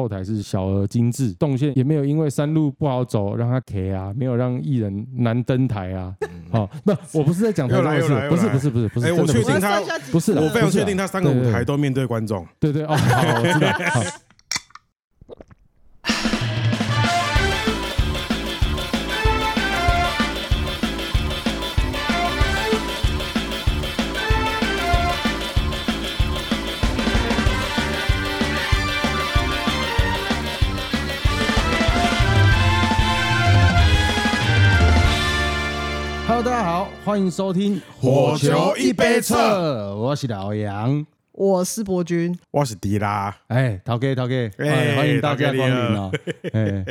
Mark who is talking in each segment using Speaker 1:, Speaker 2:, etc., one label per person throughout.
Speaker 1: 后台是小而精致，动线也没有因为山路不好走让他 K 啊，没有让艺人难登台啊。
Speaker 2: 嗯
Speaker 1: 好，那我不是在讲台
Speaker 2: 又
Speaker 1: 上
Speaker 2: 来
Speaker 1: 的
Speaker 2: 又来
Speaker 1: 事，
Speaker 2: 又
Speaker 1: 不是
Speaker 2: 来
Speaker 1: 不是不是不是，
Speaker 2: 哎
Speaker 1: 真的
Speaker 2: 我
Speaker 1: 不
Speaker 2: 确
Speaker 1: 是
Speaker 2: 定他
Speaker 3: 我要算一下几
Speaker 1: 不是
Speaker 3: 次
Speaker 1: 啦
Speaker 2: 我非常确
Speaker 1: 是啊
Speaker 2: 定他三个舞台都面对观众。
Speaker 1: 对对哦，好，我知道。好，Hello，大家好，欢迎收听《
Speaker 2: 火球一杯测》，
Speaker 1: 我是老杨。
Speaker 3: 我是伯君，
Speaker 2: 我是迪拉，
Speaker 1: 哎，陶哥，陶哥，
Speaker 2: 哎
Speaker 1: 哎，欢迎大家
Speaker 2: 陶哥你
Speaker 1: 光临
Speaker 2: 好
Speaker 1: 哦。哎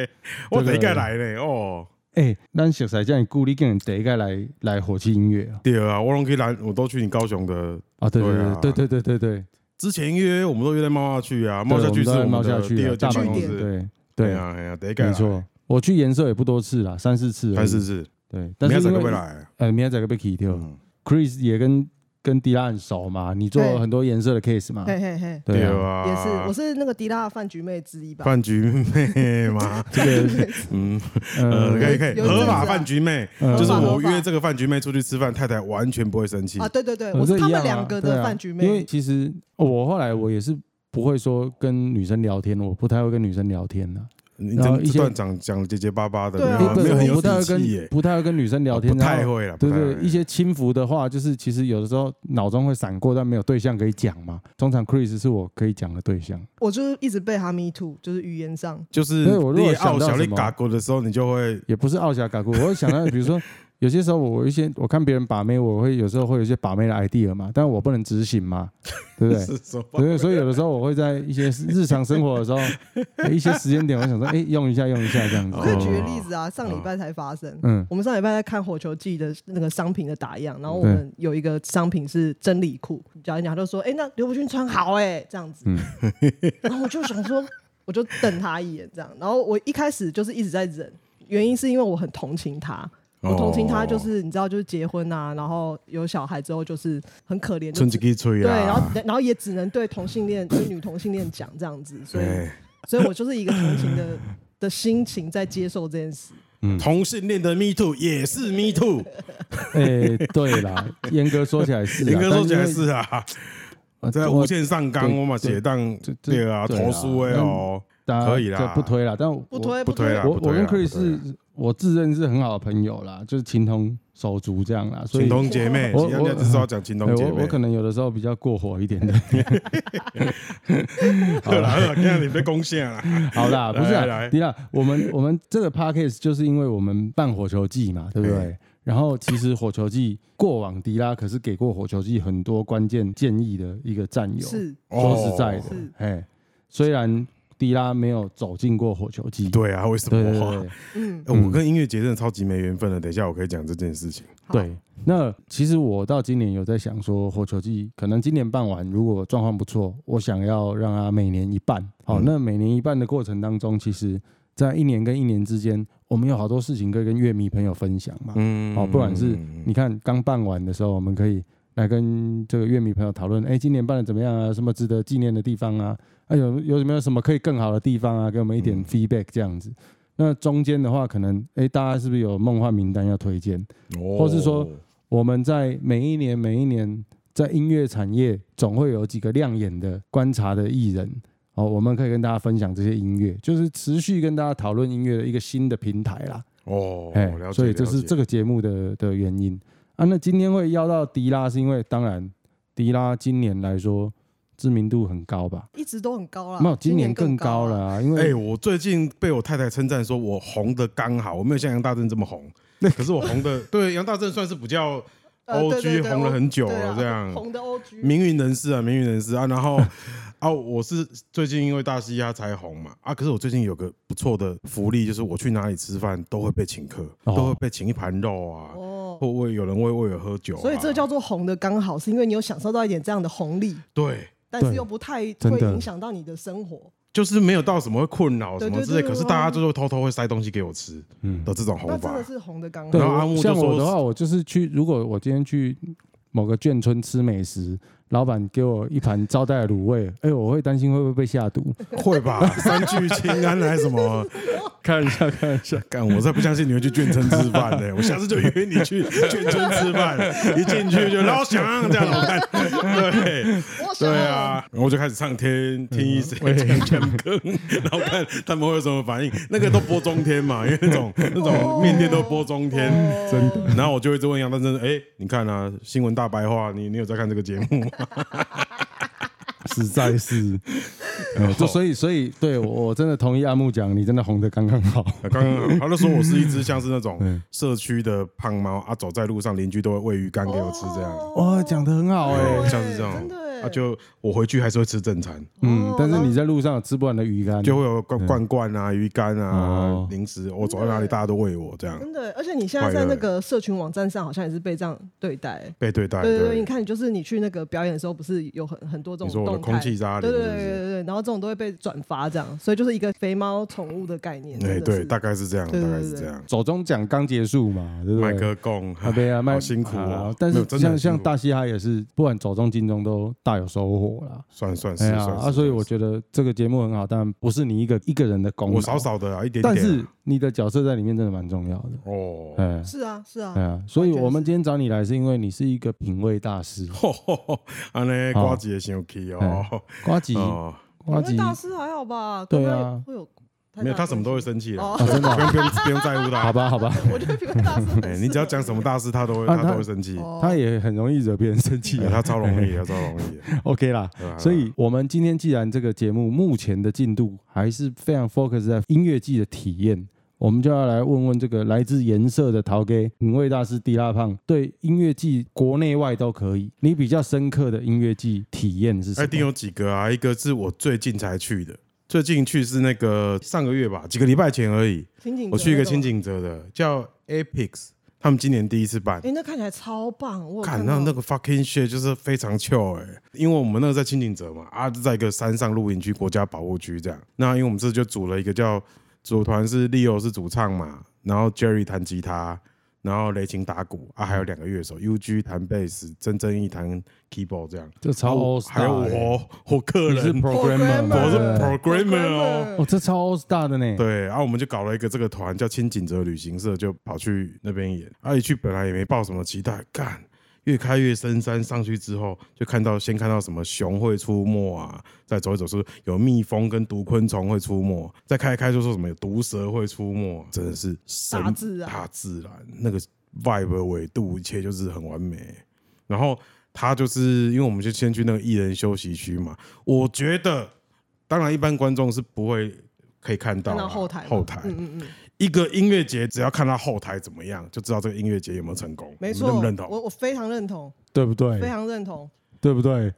Speaker 2: 我第一个来呢，哦，
Speaker 1: 哎，咱熟悉这样久，你竟然第一个来来火气音乐啊！
Speaker 2: 对啊，我拢可以来，我都去你高雄的。
Speaker 1: 啊，对
Speaker 2: 对啊
Speaker 1: 对对对对对对，
Speaker 2: 之前约我们都约在猫下去啊，猫下去是
Speaker 1: 对我
Speaker 2: 我
Speaker 1: 们
Speaker 2: 们
Speaker 1: 都在
Speaker 2: 的
Speaker 1: 猫下去
Speaker 2: 第
Speaker 1: 啊
Speaker 2: 二间
Speaker 1: 大
Speaker 2: 办
Speaker 1: 办
Speaker 2: 公
Speaker 1: 公
Speaker 3: 据点
Speaker 2: 室。
Speaker 1: 室，
Speaker 2: 对
Speaker 1: 对对，
Speaker 2: 啊，哎呀，第一个
Speaker 1: 没
Speaker 2: 来，
Speaker 1: 错。我去颜色也不多次啦，三四次而已，
Speaker 2: 三四次，
Speaker 1: 对。但
Speaker 2: 明
Speaker 1: 是
Speaker 2: 天
Speaker 1: 因
Speaker 2: 才会
Speaker 1: 为
Speaker 2: 来。
Speaker 1: 呃，明天仔个被 k 掉
Speaker 2: 嗯
Speaker 1: ，Chris 也跟跟迪拉很熟嘛，你做
Speaker 3: 对
Speaker 1: 很多颜色的 case 嘛，
Speaker 3: 嘿嘿嘿，
Speaker 2: 对
Speaker 1: 对啊，
Speaker 2: 啊，
Speaker 3: 也是，我是那个迪拉的饭局妹之一吧？
Speaker 2: 饭局妹 嘛，这个嗯呃，可以可以，
Speaker 3: 有一阵子
Speaker 2: 合
Speaker 3: 啊
Speaker 2: 法饭局妹，
Speaker 1: 嗯
Speaker 2: 就是我
Speaker 3: 合法
Speaker 2: 约这个饭局妹出去吃饭，太太完全不会生气
Speaker 3: 啊，。对对对，
Speaker 1: 呃
Speaker 3: 我
Speaker 1: 这一
Speaker 3: 是他
Speaker 1: 样
Speaker 3: 们
Speaker 1: 啊
Speaker 3: 两个
Speaker 1: 对
Speaker 3: 的
Speaker 1: 啊
Speaker 3: 饭局
Speaker 1: 因为
Speaker 3: 妹，
Speaker 1: 其实我后来我也是不会说跟女生聊天，我不太会跟女生聊天的，
Speaker 2: 你
Speaker 1: 然后
Speaker 2: 这
Speaker 1: 一些
Speaker 2: 这段讲讲结结巴巴的，
Speaker 3: 对啊
Speaker 2: 没有啊
Speaker 1: 对
Speaker 2: 没有很
Speaker 1: 我
Speaker 2: 有
Speaker 1: 不太
Speaker 2: 底
Speaker 1: 会
Speaker 2: 气
Speaker 1: 跟
Speaker 2: 耶，
Speaker 1: 不太会跟女生聊天，
Speaker 2: 哦不太
Speaker 1: 然后
Speaker 2: 会了，
Speaker 1: 对
Speaker 2: 不太
Speaker 1: 对，
Speaker 2: 会
Speaker 1: 一些轻浮的话，就是其实有的时候脑中会闪过，但没有对象可以讲嘛。通常 Chris 是我可以讲的对象，
Speaker 3: 我就是一直被他 me too，就是语言上，
Speaker 2: 就是
Speaker 1: 所以我如果
Speaker 2: 你傲
Speaker 1: 想到
Speaker 2: 小力
Speaker 1: 什么
Speaker 2: 嘎咕的时候，你就会
Speaker 1: 也不是傲小嘎咕。我会想到，比如 说有些时候我有一些我看别人把妹，我会有时候会有一些把妹的 idea 嘛，但我不能执行嘛，对不对？
Speaker 2: 是什么？
Speaker 1: 对，所以有的时候我会在一些日常生活的时候，一些时间点，我想说，哎，用一下，用一下这样子
Speaker 3: 我。
Speaker 2: 哦
Speaker 3: 可以举个例子啊，上礼拜才发生。
Speaker 1: 嗯，
Speaker 3: 我们上礼拜在看火球季的那个商品的打样，然后我们有一个商品是真理裤，讲一讲就说：“哎、那刘伯勋穿好哎、这样
Speaker 2: 嗯
Speaker 3: 子。然后我就想说，我就瞪他一眼这样。然后我一开始就是一直在忍，原因是因为我很同情他，我同情
Speaker 2: 哦
Speaker 3: 他就是你知道，就是结婚啊，然后有小孩之后就是很可怜，就
Speaker 2: 春啊季
Speaker 3: 只
Speaker 2: 给吹
Speaker 3: 对，
Speaker 2: 啦。
Speaker 1: 哎
Speaker 3: 然后然后也只能对同性恋、对女同性恋讲这样
Speaker 1: 嗯
Speaker 3: 子，所以
Speaker 2: 哎
Speaker 3: 所以我就是一个同情的的心情在接受这件事。
Speaker 2: 同性恋的 Me Too 也是 Me Too，
Speaker 1: 哎，对啦，严格说起来是啦，
Speaker 2: 严格说起来
Speaker 1: 但因为
Speaker 2: 是啊，
Speaker 1: 呃
Speaker 2: 在
Speaker 1: 我
Speaker 2: 无限上纲，
Speaker 1: 对
Speaker 2: 我嘛
Speaker 1: 对
Speaker 2: 写当
Speaker 1: 这这
Speaker 2: 对啊，
Speaker 1: 对
Speaker 2: 投
Speaker 1: 啊
Speaker 2: 诉哎哦，
Speaker 1: 大家
Speaker 2: 可以啦
Speaker 1: 这不推啦，但我
Speaker 3: 不推
Speaker 2: 不推啦
Speaker 3: 啦，
Speaker 1: 我
Speaker 2: 不推
Speaker 1: 我
Speaker 2: 啦
Speaker 1: 跟
Speaker 2: 不推啊
Speaker 1: Chris
Speaker 2: 啦
Speaker 1: 是我自认是很好的朋友啦，就是情同手足这样啦，所
Speaker 2: 情
Speaker 1: 以。
Speaker 2: 同姐妹，
Speaker 1: 我
Speaker 2: 其实人家只是要讲情
Speaker 1: 哎
Speaker 2: 同姐
Speaker 1: 我
Speaker 2: 妹
Speaker 1: 我。可能有的时候比较过火一点点，
Speaker 2: 好了好了，看看你被攻陷了。
Speaker 1: 好啦，不是
Speaker 2: 来来
Speaker 1: 啊，迪娜，我们我们这个 podcast 就是因为我们办火球季嘛，对不对？然后其实火球季过往迪拉可是给过火球季很多关键建议的一个战友，
Speaker 3: 是
Speaker 1: 说实在的
Speaker 2: 哦，
Speaker 3: 是，
Speaker 1: 哎，虽然迪拉没有走进过火球季，
Speaker 2: 对啊，为什
Speaker 1: 对对
Speaker 2: 么
Speaker 1: 对
Speaker 2: 啊？
Speaker 1: 对
Speaker 3: 嗯，
Speaker 2: 哎我跟音乐节真的超级没缘分的，等一下我可以讲这件事情。
Speaker 3: 好
Speaker 1: 对，那其实我到今年有在想说，火球季可能今年办完，如果状况不错，我想要让它每年一办。好、
Speaker 2: 嗯
Speaker 1: 那每年一办的过程当中，其实，在一年跟一年之间，我们有好多事情可以跟乐迷朋友分享嘛。
Speaker 2: 嗯
Speaker 1: 哦不管是你看刚办完的时候，我们可以来跟这个乐迷朋友讨论，哎，今年办的怎么样啊？什么值得纪念的地方啊？啊，有有没有什么可以更好的地方啊？给我们一点
Speaker 2: 嗯
Speaker 1: feedback 这样子。那中间的话，可能哎，大家是不是有梦幻名单要推荐？
Speaker 2: 嗯
Speaker 1: 或是说我们在每一年每一年在音乐产业总会有几个亮眼的观察的艺人哦，我们可以跟大家分享这些音乐，就是持续跟大家讨论音乐的一个新的平台啦。
Speaker 2: 哦，
Speaker 1: 哎、
Speaker 2: 了解
Speaker 1: 所以这是
Speaker 2: 了解
Speaker 1: 这个节目的的原因啊。那今天会邀到迪拉，是因为当然迪拉今年来说知名度很高吧？
Speaker 3: 一直都很高啦，
Speaker 1: 没有，今
Speaker 3: 年
Speaker 1: 年更高
Speaker 3: 高
Speaker 1: 了。啊，因
Speaker 2: 哎、
Speaker 1: 为
Speaker 2: 我最近被我太太称赞说，我红的刚好，我没有像杨大正这么红，可是我红的，对杨大正算是比较
Speaker 3: 呃对
Speaker 2: O
Speaker 3: 对
Speaker 2: G
Speaker 3: 对
Speaker 2: 红了很久
Speaker 3: 对
Speaker 2: 了，
Speaker 3: 啊
Speaker 2: 这样
Speaker 3: 红的 OG，
Speaker 2: 名运人士啊，名运人士啊，然后 啊，我是最近因为大西亚才红嘛，啊，可是我最近有个不错的福利，就是我去哪里吃饭都会被请客，
Speaker 1: 哦
Speaker 2: 都会被请一盘肉啊，
Speaker 3: 哦，
Speaker 2: 或会有人会为我喝酒啊、
Speaker 3: 所以这叫做红的刚好，是因为你有享受到一点这样的红利，
Speaker 2: 对。
Speaker 3: 但是
Speaker 1: 对
Speaker 3: 又不太
Speaker 1: 真
Speaker 3: 会
Speaker 1: 的
Speaker 3: 影响到你的生活。
Speaker 2: 就是没有到什么会困扰什
Speaker 3: 对
Speaker 2: 么
Speaker 3: 对
Speaker 2: 之类，
Speaker 3: 对
Speaker 2: 可是
Speaker 3: 对
Speaker 2: 大家就是偷偷会塞东西给我吃
Speaker 1: 嗯，
Speaker 2: 的这种红
Speaker 3: 那
Speaker 2: 法
Speaker 3: 真的，是红的刚
Speaker 1: 对
Speaker 2: 然后
Speaker 3: 好，
Speaker 2: 阿
Speaker 1: 我，
Speaker 2: 木就
Speaker 1: 像我
Speaker 2: 说
Speaker 1: 的话，我就是去，如果我今天去某个眷村吃美食，老板给我一盘招待卤味，哎，我会担心会不会被下 毒。
Speaker 2: 会吧？三聚氰胺还是什么？
Speaker 1: 看一下，看一下，
Speaker 2: 干，我才不相信你会去眷村吃饭呢、我下次就约你去 眷村 吃饭，一进去就老想这样怎么办？对
Speaker 3: 我想
Speaker 2: 对啊，然后我就开始唱天天一谁
Speaker 1: 嗯
Speaker 2: 天天更，然后看他们会有什么反应。那个都播中 天嘛，因为那种那种面店都播中天，
Speaker 1: 哦
Speaker 2: 真的。然后我就一直问杨丹真，哎，你看啊，新闻大白话，你你有在看这个节目吗？
Speaker 1: 实在是，呃就所以所以对我我真的同意阿木讲，你真的红的刚刚 好。
Speaker 2: 刚 刚他就说我是一只像是那种
Speaker 1: 嗯
Speaker 2: 社区的胖猫啊，走在路上邻居都会喂鱼干给我吃这样。
Speaker 1: 哇，讲的很好哎、
Speaker 2: 对，像是这
Speaker 3: 哦真
Speaker 2: 种
Speaker 3: 的，欸
Speaker 2: 啊，就我回去还是会吃正餐，
Speaker 1: 嗯，但是你在路上有吃不完的鱼干，
Speaker 2: 就会有罐罐罐啊、鱼干啊
Speaker 1: 哦、
Speaker 2: 零食，我走到哪里大家都喂我这样
Speaker 3: 真的，而且你现在在那个社群网站上，好像也是被这样对待。
Speaker 2: 被哎对待。
Speaker 3: 对对对，你，看，你就是你去那个表演的时候，不是有很很多这
Speaker 2: 你
Speaker 3: 种
Speaker 2: 说我的
Speaker 3: 动态
Speaker 2: 空气炸
Speaker 3: 对
Speaker 2: 裂，
Speaker 3: 对
Speaker 2: 是
Speaker 3: 对
Speaker 2: 不
Speaker 3: 对
Speaker 2: 是？
Speaker 3: 对，然后这种都会被转发，这样，所以就是一个肥猫宠物的概念。
Speaker 2: 哎，
Speaker 3: 真的
Speaker 2: 对，
Speaker 3: 是
Speaker 2: 大概是这样，
Speaker 3: 对
Speaker 2: 大
Speaker 3: 对
Speaker 2: 概是这样。
Speaker 1: 走中奖刚结束嘛，对不
Speaker 2: 麦
Speaker 1: 对？
Speaker 2: 克贡，
Speaker 1: 啊，对啊，
Speaker 2: 好
Speaker 1: 麦
Speaker 2: 辛苦哦
Speaker 1: 啊。但
Speaker 2: 没
Speaker 1: 是
Speaker 2: 有真的很
Speaker 1: 像
Speaker 2: 辛苦
Speaker 1: 像大嘻哈也是，不管走中进中都大有收获啦。
Speaker 2: 算算是
Speaker 1: 哎呀，
Speaker 2: 算
Speaker 1: 啊，
Speaker 2: 是
Speaker 1: 所以
Speaker 2: 算
Speaker 1: 我
Speaker 2: 是
Speaker 1: 觉得这个节目很好，但不是你一个一个人的功劳，
Speaker 2: 我少，少的啊，一点点啊。
Speaker 1: 但是你的角色在里面真的蛮重要的。
Speaker 2: 哦，
Speaker 1: 哎
Speaker 3: 是啊是
Speaker 1: 哎
Speaker 3: 啊，
Speaker 1: 呀，所以
Speaker 3: 完全
Speaker 1: 我们
Speaker 3: 是
Speaker 1: 今天找你来是因为你是一个品味大 师，
Speaker 2: 安尼瓜子也生气
Speaker 1: 哎
Speaker 2: 哦，
Speaker 1: 瓜吉
Speaker 2: 哦，
Speaker 3: 因
Speaker 1: 瓜
Speaker 3: 为
Speaker 1: 吉
Speaker 3: 大师还好吧？
Speaker 1: 对
Speaker 3: 跟他
Speaker 1: 啊
Speaker 3: 会有太大的
Speaker 2: 没有他什么都会
Speaker 3: 关系。
Speaker 2: 生气的，
Speaker 3: 哦
Speaker 1: 啊，真的啊
Speaker 2: 不用 不用不用在乎他
Speaker 1: 好。吧，好吧，
Speaker 3: 我觉得评论大师很适 合，
Speaker 2: 哎，你只要讲什么大事，他都会
Speaker 1: 啊
Speaker 2: 他
Speaker 1: 他
Speaker 2: 都会生气。
Speaker 3: 哦，
Speaker 1: 他也很容易惹别人生气
Speaker 2: 哎
Speaker 1: 啊
Speaker 2: 他超容 易的，他超容易的。
Speaker 1: ，OK 啦。
Speaker 2: 对啊
Speaker 1: 所以，我们今天既然这个节目目前的进度还是非常 focus 在音乐季的体验，我们就要来问问这个来自颜色的陶给品味大师迪拉胖对音乐季国内外都可以，你比较深刻的音乐季体验是什
Speaker 2: 哎一定
Speaker 1: 么？
Speaker 2: 有几个啊，一个是我最近才去的，最近去是那个上个月吧，几个礼拜前而已。
Speaker 3: 情景
Speaker 2: 我去一个清
Speaker 3: 景，
Speaker 2: 景泽的，叫 Apex，他们今年第一次办。
Speaker 3: 哎，那看起来超棒，我有
Speaker 2: 看
Speaker 3: 看
Speaker 2: 那
Speaker 3: 到
Speaker 2: 那个 fucking shit 就是非常 chill 哎、因为我们那个在清景泽嘛，啊，在一个山上露营区、国家保护区这样。那因为我们这次就组了一个叫组团是 Leo 是主唱嘛，然后 Jerry 弹吉他，然后雷琴打鼓啊，还有两个乐手 UG 弹贝斯，曾正义弹 keyboard 这样。
Speaker 1: 这超 all
Speaker 2: 哦还有
Speaker 1: star，欸
Speaker 2: 我我个
Speaker 1: 你是
Speaker 2: 人，
Speaker 1: programmer，
Speaker 3: programmer
Speaker 1: 嘛
Speaker 2: 我是
Speaker 1: 对不对
Speaker 2: programmer 哦。
Speaker 1: 哦，这超 all star 的呢。
Speaker 2: 对，啊然后我们就搞了一个这个团叫清景泽旅行社，就跑去那边演。啊，一去本来也没抱什么期待，干越开越深山上去之后，就看到先看到什么熊会出没啊，再走一走说有蜜蜂跟毒昆虫会出没，再开一开就说什么有毒蛇会出没，真的是神
Speaker 3: 大自然
Speaker 2: 大自然那个 vibe 的纬度，一切就是很完美。然后他就是因为我们就先去那个艺人休息区嘛，我觉得当然一般观众是不会可以看到
Speaker 3: 看
Speaker 2: 啦
Speaker 3: 到后台嘛
Speaker 2: 后台
Speaker 3: 嗯嗯嗯，
Speaker 2: 一个音乐节，只要看他后台怎么样，就知道这个音乐节有没有成功，
Speaker 3: 没
Speaker 2: 你
Speaker 3: 错，
Speaker 2: 们认不认
Speaker 3: 我
Speaker 2: 同？
Speaker 3: 我非常认同，
Speaker 1: 对不
Speaker 3: 非
Speaker 1: 对？
Speaker 3: 常认同。
Speaker 1: 对不对？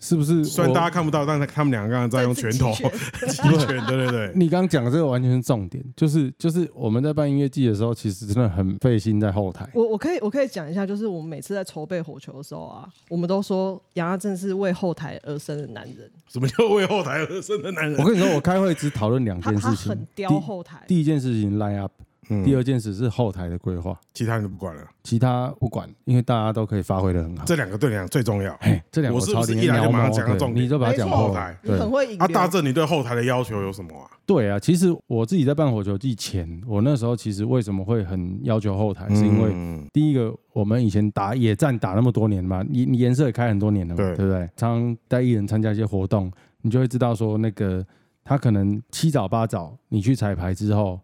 Speaker 1: 是不是？
Speaker 2: 虽然大家看不到，但是他们两个刚刚在用拳头
Speaker 3: 再次集
Speaker 2: 击拳， 对对对，
Speaker 1: 你刚刚讲的这个完全是重点，就是就是我们在办音乐季的时候，其实真的很费心在后台。
Speaker 3: 我我可以我可以讲一下，就是我们每次在筹备火球的时候啊，我们都说杨亚正是为后台而生的男人，
Speaker 2: 什么叫为后台而生的男人
Speaker 1: 我？跟你说，我开会只讨论两
Speaker 3: 他
Speaker 1: 件
Speaker 3: 他
Speaker 1: 事情
Speaker 3: 很，
Speaker 1: 第
Speaker 3: 雕后台，
Speaker 1: 第一件事情 line up，第
Speaker 2: 嗯，
Speaker 1: 二件事是后台的规划，
Speaker 2: 其他人都不管了，
Speaker 1: 其他不管，因为大家都可以发挥的很好。
Speaker 2: 这两个对两个最重要。啊
Speaker 1: 嘿，这两个
Speaker 2: 我是
Speaker 1: 超
Speaker 2: 不是
Speaker 1: 级
Speaker 2: 一来就
Speaker 1: 鸟
Speaker 2: 马上
Speaker 1: 毛，
Speaker 2: 讲到
Speaker 1: 对
Speaker 2: 重点
Speaker 1: 你就把它讲破
Speaker 2: 后台
Speaker 3: 你很
Speaker 1: 对
Speaker 3: 会引
Speaker 2: 啊，
Speaker 3: 流。
Speaker 2: 大正，你对后台的要求有什么啊？
Speaker 1: 对啊，其实我自己在办火球季前，我那时候其实为什么会很要求后
Speaker 2: 嗯
Speaker 1: 台，是因为
Speaker 2: 为
Speaker 1: 第一个，我们以前打野战打那么多年嘛，你你颜色也开很多年了嘛，
Speaker 2: 对
Speaker 1: 对不对？常常带艺人参加一些活动，你就会知道说，那个他可能七早八早你去彩排之后，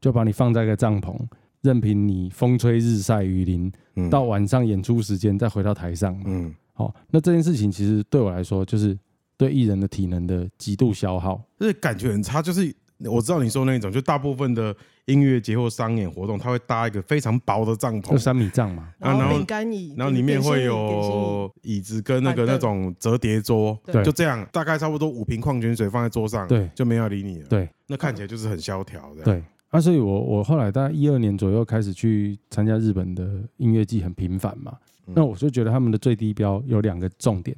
Speaker 1: 就把你放在一个帐篷，任凭你风吹日晒雨淋，到晚上演出时间再回到台上嘛。
Speaker 2: 嗯，
Speaker 1: 好、那这件事情其实对我来说，就是对艺人的体能的极度消耗。
Speaker 2: 就是感觉很差，就是。我知道你说那种，就大部分的音乐节或商演活动，它会搭一个非常薄的帐篷
Speaker 1: 就，三米帐嘛，
Speaker 2: 啊然
Speaker 3: 后
Speaker 2: 后
Speaker 3: 饼干椅，
Speaker 2: 然后里面
Speaker 3: 点心
Speaker 2: 会
Speaker 3: 椅点心椅
Speaker 2: 有椅子跟那个
Speaker 3: 板凳
Speaker 2: 那种折叠桌，
Speaker 1: 对
Speaker 2: 就这样，大概差不多五瓶矿泉水放在桌上，
Speaker 1: 对
Speaker 2: 就没有理你了。
Speaker 1: 对，
Speaker 2: 那看起来就是很萧条的。，
Speaker 1: 对啊，所以我我后来大概一二年左右开始去参加日本的音乐季，很频繁嘛。
Speaker 2: 嗯
Speaker 1: 那我就觉得他们的最低标有两个重点，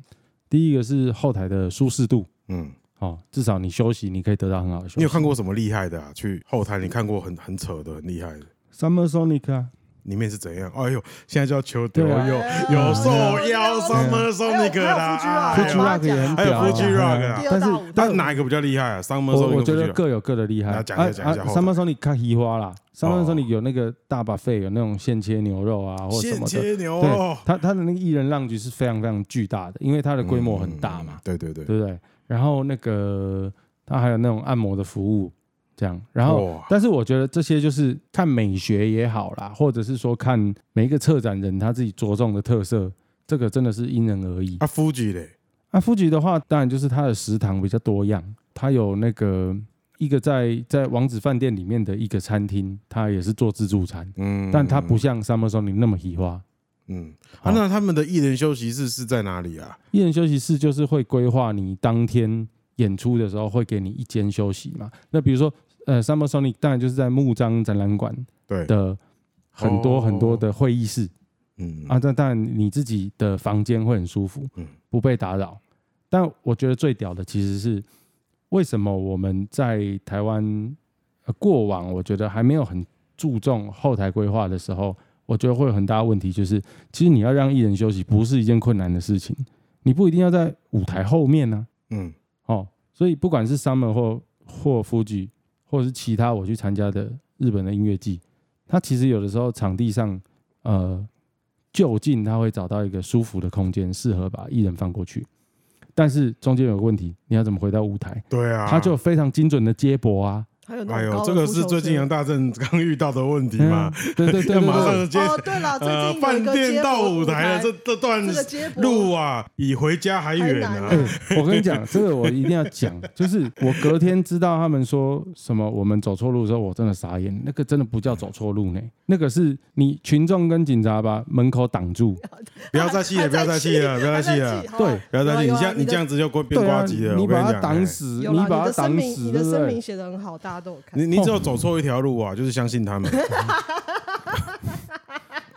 Speaker 1: 第一个是后台的舒适度，
Speaker 2: 嗯，
Speaker 1: 哦，至少你休息你可以得到很好的休息。
Speaker 2: 你有看过什么厉害的啊？去后台你看过很很扯的，很厉害的。
Speaker 1: Summer Sonic 啊？
Speaker 2: 里面是怎样？哎呦，现在就要求丢有
Speaker 1: 对啊
Speaker 2: 有受邀什么 Sonic 啦，
Speaker 3: 还
Speaker 1: 夫
Speaker 3: 有
Speaker 1: 妻
Speaker 3: Fuji Rock
Speaker 1: 也很
Speaker 2: 哎还有
Speaker 1: 屌啊，
Speaker 2: 夫妻 Rock
Speaker 1: 嗯
Speaker 2: 啊
Speaker 3: 第，
Speaker 1: 但
Speaker 3: 二
Speaker 1: 是
Speaker 3: 到五
Speaker 2: 但哪一个比较厉害啊？Summer
Speaker 1: 我
Speaker 2: Sonic
Speaker 1: 我觉
Speaker 2: 跟
Speaker 1: 得
Speaker 2: Fuji Rock
Speaker 1: 各有各的厉害。啊
Speaker 2: 来讲一下讲一下后头
Speaker 1: 三分钟你看喜花啦，三分钟
Speaker 2: 哦
Speaker 1: 你有那个大把费，有那种现切牛肉啊，或什
Speaker 2: 现
Speaker 1: 么的。
Speaker 2: 切牛
Speaker 1: 对
Speaker 2: 肉，
Speaker 1: 他他的那个艺人浪局是非常非常巨大的，因为它的规模很大
Speaker 2: 嗯
Speaker 1: 嘛，，
Speaker 2: 对对对，
Speaker 1: 对不对？然后那个他还有那种按摩的服务，这样。然后，
Speaker 2: 哇
Speaker 1: 但是我觉得这些就是看美学也好啦，或者是说看每一个策展人他自己着重的特色，这个真的是因人而异。
Speaker 2: 啊，Fuji 嘞，
Speaker 1: 啊，富吉的话，当然就是它的食堂比较多样，它有那个一个在在王子饭店里面的一个餐厅，它也是做自助餐，
Speaker 2: 嗯，
Speaker 1: 但它不像 Summer Sonic 那么喜花。
Speaker 2: 嗯，啊，那他们的艺人休息室是在哪里啊？
Speaker 1: 艺人休息室就是会规划你当天演出的时候会给你一间休息嘛。那比如说，呃，Summer Sonic 当然就是在木章展览馆
Speaker 2: 对，
Speaker 1: 的很多
Speaker 2: 哦
Speaker 1: 很多的会议室、
Speaker 2: 嗯
Speaker 1: 啊，，但当然你自己的房间会很舒服，
Speaker 2: 嗯
Speaker 1: 不被打扰。但我觉得最屌的其实是为什么我们在台湾、呃、过往，我觉得还没有很注重后台规划的时候，我觉得会有很大的问题，就是其实你要让艺人休息不是一件困难的事情，你不一定要在舞台后面啊呢、
Speaker 2: 嗯，
Speaker 1: 哦，所以不管是 Summer 或或 Fuji，或者是其他我去参加的日本的音乐季，它其实有的时候场地上，呃，就近它会找到一个舒服的空间，适合把艺人放过去。但是中间有个问题，你要怎么回到舞台？
Speaker 2: 对啊，
Speaker 1: 它就有非常精准的接驳啊，
Speaker 3: 还有那
Speaker 2: 哎
Speaker 3: 种
Speaker 2: 呦，
Speaker 3: 高
Speaker 2: 这
Speaker 3: 尔
Speaker 2: 个
Speaker 3: 夫
Speaker 2: 是
Speaker 3: 球
Speaker 2: 最近
Speaker 3: 车
Speaker 2: 杨大正刚遇到的问题
Speaker 1: 嗯
Speaker 2: 嘛？
Speaker 1: 对对对
Speaker 2: 要
Speaker 1: 对
Speaker 2: 马
Speaker 1: 对，
Speaker 2: 上接
Speaker 3: 哦，对了，最
Speaker 2: 呃
Speaker 3: 近有
Speaker 2: 饭
Speaker 3: 一个接
Speaker 2: 店到
Speaker 3: 驳
Speaker 2: 舞台了，啊这这段
Speaker 3: 这个接驳
Speaker 2: 路啊，比回家还远
Speaker 3: 还难
Speaker 2: 啊
Speaker 3: 啊！
Speaker 1: 哎， 我跟你讲，这个我一定要讲，就是我隔天知道他们说什么我们走错路的时候，我真的傻眼，那个真的不叫走错路呢，
Speaker 3: 嗯
Speaker 1: 那个是你群众跟警察把门口挡住，
Speaker 2: 不要再气了，不要再气了，不要
Speaker 3: 还
Speaker 2: 再
Speaker 3: 在
Speaker 2: 气
Speaker 3: 气
Speaker 2: 了，
Speaker 1: 对
Speaker 2: 不要再气！你这
Speaker 3: 有啊有啊
Speaker 2: 样你
Speaker 3: 的
Speaker 2: 这样子就变
Speaker 1: 对
Speaker 2: 瓜
Speaker 1: 啊，
Speaker 2: 机了。
Speaker 1: 你
Speaker 2: 我跟
Speaker 1: 把它
Speaker 2: 讲，哎
Speaker 1: 挡死，
Speaker 3: 有
Speaker 1: 你
Speaker 3: 啦
Speaker 1: 把
Speaker 3: 你
Speaker 1: 它
Speaker 3: 的声
Speaker 1: 挡
Speaker 3: 明，
Speaker 1: 死，
Speaker 3: 你
Speaker 1: 对
Speaker 3: 的
Speaker 1: 不
Speaker 3: 声明
Speaker 1: 对？
Speaker 3: 写的很好，大家都有看
Speaker 2: 你。你只有走错一条路啊，就是相信 他们。